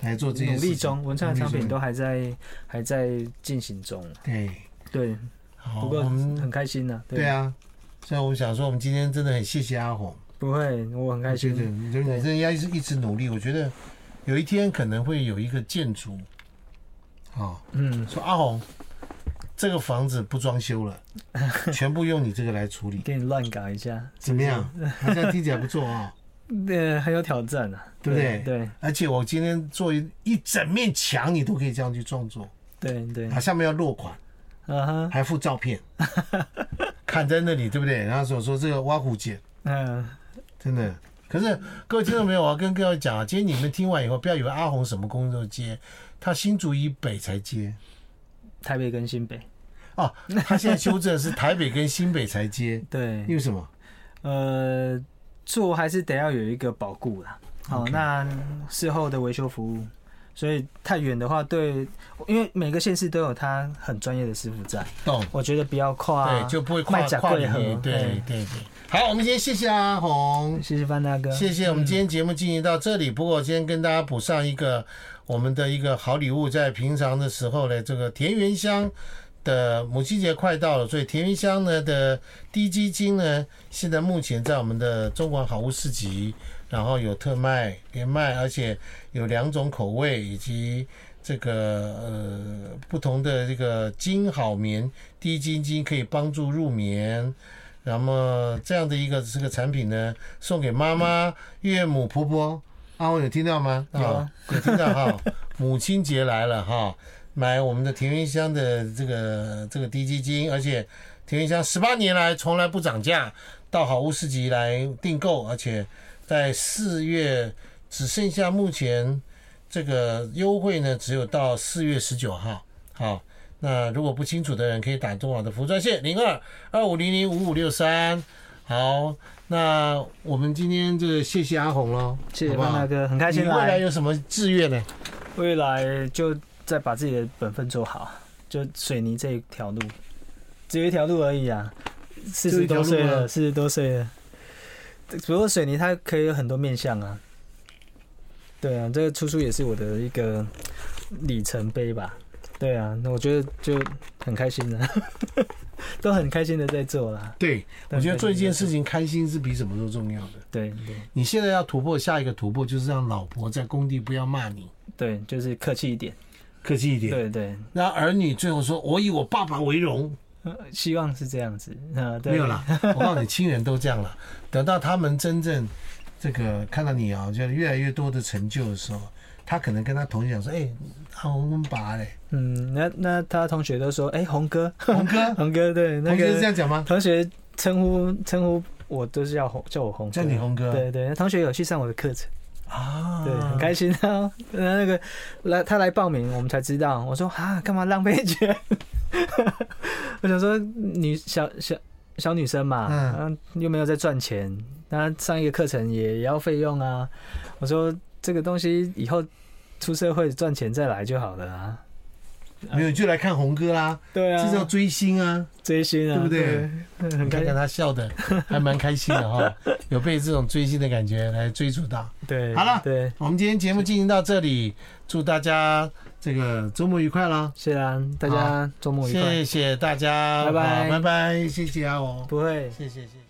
Speaker 1: 来做这些
Speaker 2: 努力中，文创的产品都
Speaker 1: 都
Speaker 2: 还在还在进行中，
Speaker 1: 对。
Speaker 2: 对，
Speaker 1: 哎好，
Speaker 2: 不过
Speaker 1: 哦我们
Speaker 2: 很开心呢。
Speaker 1: 对，啊，所以我们想说，我们今天真的很谢谢阿红。
Speaker 2: 不会，我很开
Speaker 1: 对对，
Speaker 2: 心。
Speaker 1: 你就你真的要一直一直努力，我觉得有一天可能会有一个建筑，啊，
Speaker 2: 嗯，
Speaker 1: 说阿红，这个房子不装修 了，全部用你这个来处理，
Speaker 2: 给你乱搞一下，
Speaker 1: 怎么样？好像听起来不错啊、
Speaker 2: 呃，很有挑战啊，
Speaker 1: 对不对
Speaker 2: 对
Speaker 1: 而且我今天做一一整面墙，你都可以这样去创作，
Speaker 2: 对对，
Speaker 1: 啊，
Speaker 2: 啊
Speaker 1: 下面要落款，
Speaker 2: 哈，
Speaker 1: 还附照 片，看在那里，对不对？然后所说这个挖苦姐，
Speaker 2: 嗯，
Speaker 1: 真的。可是各位听众朋友，我要跟各位讲啊，今天你们听完以后，不要以为阿红什么工作接，他新竹以北才接
Speaker 2: 台北跟新北，
Speaker 1: 哦，他现在修正是台北跟新北才 接，因
Speaker 2: 对，
Speaker 1: 为什么？
Speaker 2: 呃，做还是得要有一个保固啦。好，那事后的维修服务，所以太远的话，对，因为每个县市都有他很专业的师傅在，
Speaker 1: 懂？
Speaker 2: 我觉得不要跨，
Speaker 1: 对，就不会跨
Speaker 2: 卖假
Speaker 1: 跨
Speaker 2: 贵
Speaker 1: 领
Speaker 2: 和
Speaker 1: 域，对对对。好，我们今天谢谢阿红，
Speaker 2: 谢谢范大哥，
Speaker 1: 谢谢。我们今天节目进行到这里，不过今天跟大家补上一个我们的一个好礼物，在平常的时候呢，这个田园香的母亲节快到了，所以田园香呢的低基金呢，现在目前在我们的中广好物市集，然后有特卖、连卖，而且有两种口味以及。这个呃不同的这个金好棉低基金可以帮助入眠，那么这样的一个这个产品呢，送给妈妈、岳母、婆婆。阿文有听到吗？
Speaker 2: 有啊
Speaker 1: 有听到哈。 母亲节来了哈，买我们的田园香的这个这个低基金，而且田园香十八年来从来不涨价，到好物市集来订购，而且在四月只剩下目前这个优惠呢，只有到四月十九号。好，那如果不清楚的人可以打中网的服务专线零二二五零零五五六三好，那我们今天就谢谢阿红喽，
Speaker 2: 谢
Speaker 1: 好
Speaker 2: 谢
Speaker 1: 不
Speaker 2: 班
Speaker 1: 好
Speaker 2: 大哥，很开
Speaker 1: 你
Speaker 2: 心
Speaker 1: 未来
Speaker 2: 来，
Speaker 1: 有什么志愿呢？
Speaker 2: 未来就再把自己的本分做好，就水泥这一条路，只有一条路而已啊，四
Speaker 1: 就一
Speaker 2: 十
Speaker 1: 条路
Speaker 2: 多岁
Speaker 1: 啊
Speaker 2: 了，四十多岁了，不过水泥它可以有很多面向啊，对啊，这个出书也是我的一个里程碑吧，对啊，那我觉得就很开心的， 都很开心的在做啦，
Speaker 1: 对，我
Speaker 2: 都很
Speaker 1: 觉得做一件事
Speaker 2: 开心地在，
Speaker 1: 情开心是比什么都重要的。
Speaker 2: 对对
Speaker 1: 你现在要突破，下一个突破就是让老婆在工地不要骂你，
Speaker 2: 对，就是客气一点，
Speaker 1: 客气一点。
Speaker 2: 对对。
Speaker 1: 让儿女最后说：“我以我爸爸为荣。
Speaker 2: 呃希望是这样子，啊，”对
Speaker 1: 没有啦，我告诉你，亲人都这样 啦。等到他们真正这个看到你啊，就越来越多的成就的时候，他可能跟他同学讲说：“哎、阿红跟爸嘞，
Speaker 2: 嗯，那那他同学都说，哎、红哥，
Speaker 1: 红哥，
Speaker 2: 红哥，对，那
Speaker 1: 红哥是这
Speaker 2: 个
Speaker 1: 样讲吗？
Speaker 2: 同学称呼称呼我都是要红，叫我红哥，
Speaker 1: 叫你红哥
Speaker 2: 对对，那同学有去上我的课程，
Speaker 1: 啊，
Speaker 2: 对，很开心啊。那那个来他来报名，我们才知道，我说啊，干嘛浪费钱？ 我想说女小小小女生嘛，
Speaker 1: 嗯
Speaker 2: 嗯、又没有在赚钱，那上一个课程也也要费用啊。我说这个东西以后出社会赚钱再来就好了啊。
Speaker 1: 没有就来看红哥啦，
Speaker 2: 对啊，
Speaker 1: 这叫追星啊。
Speaker 2: 追星啊，
Speaker 1: 对不对
Speaker 2: 对？
Speaker 1: 你
Speaker 2: 很开
Speaker 1: 看看
Speaker 2: 心。
Speaker 1: 他笑的，还蛮开心的 哈，有被这种追星的感觉来追逐到。
Speaker 2: 对，
Speaker 1: 好了
Speaker 2: 对，
Speaker 1: 我们今天节目进行到这里，祝大家这个周末愉快啦！
Speaker 2: 谢谢啊，大家周末愉快。
Speaker 1: 谢谢大家，
Speaker 2: 拜拜
Speaker 1: 好拜拜，谢谢阿红，啊
Speaker 2: 不会。
Speaker 1: 谢谢谢谢。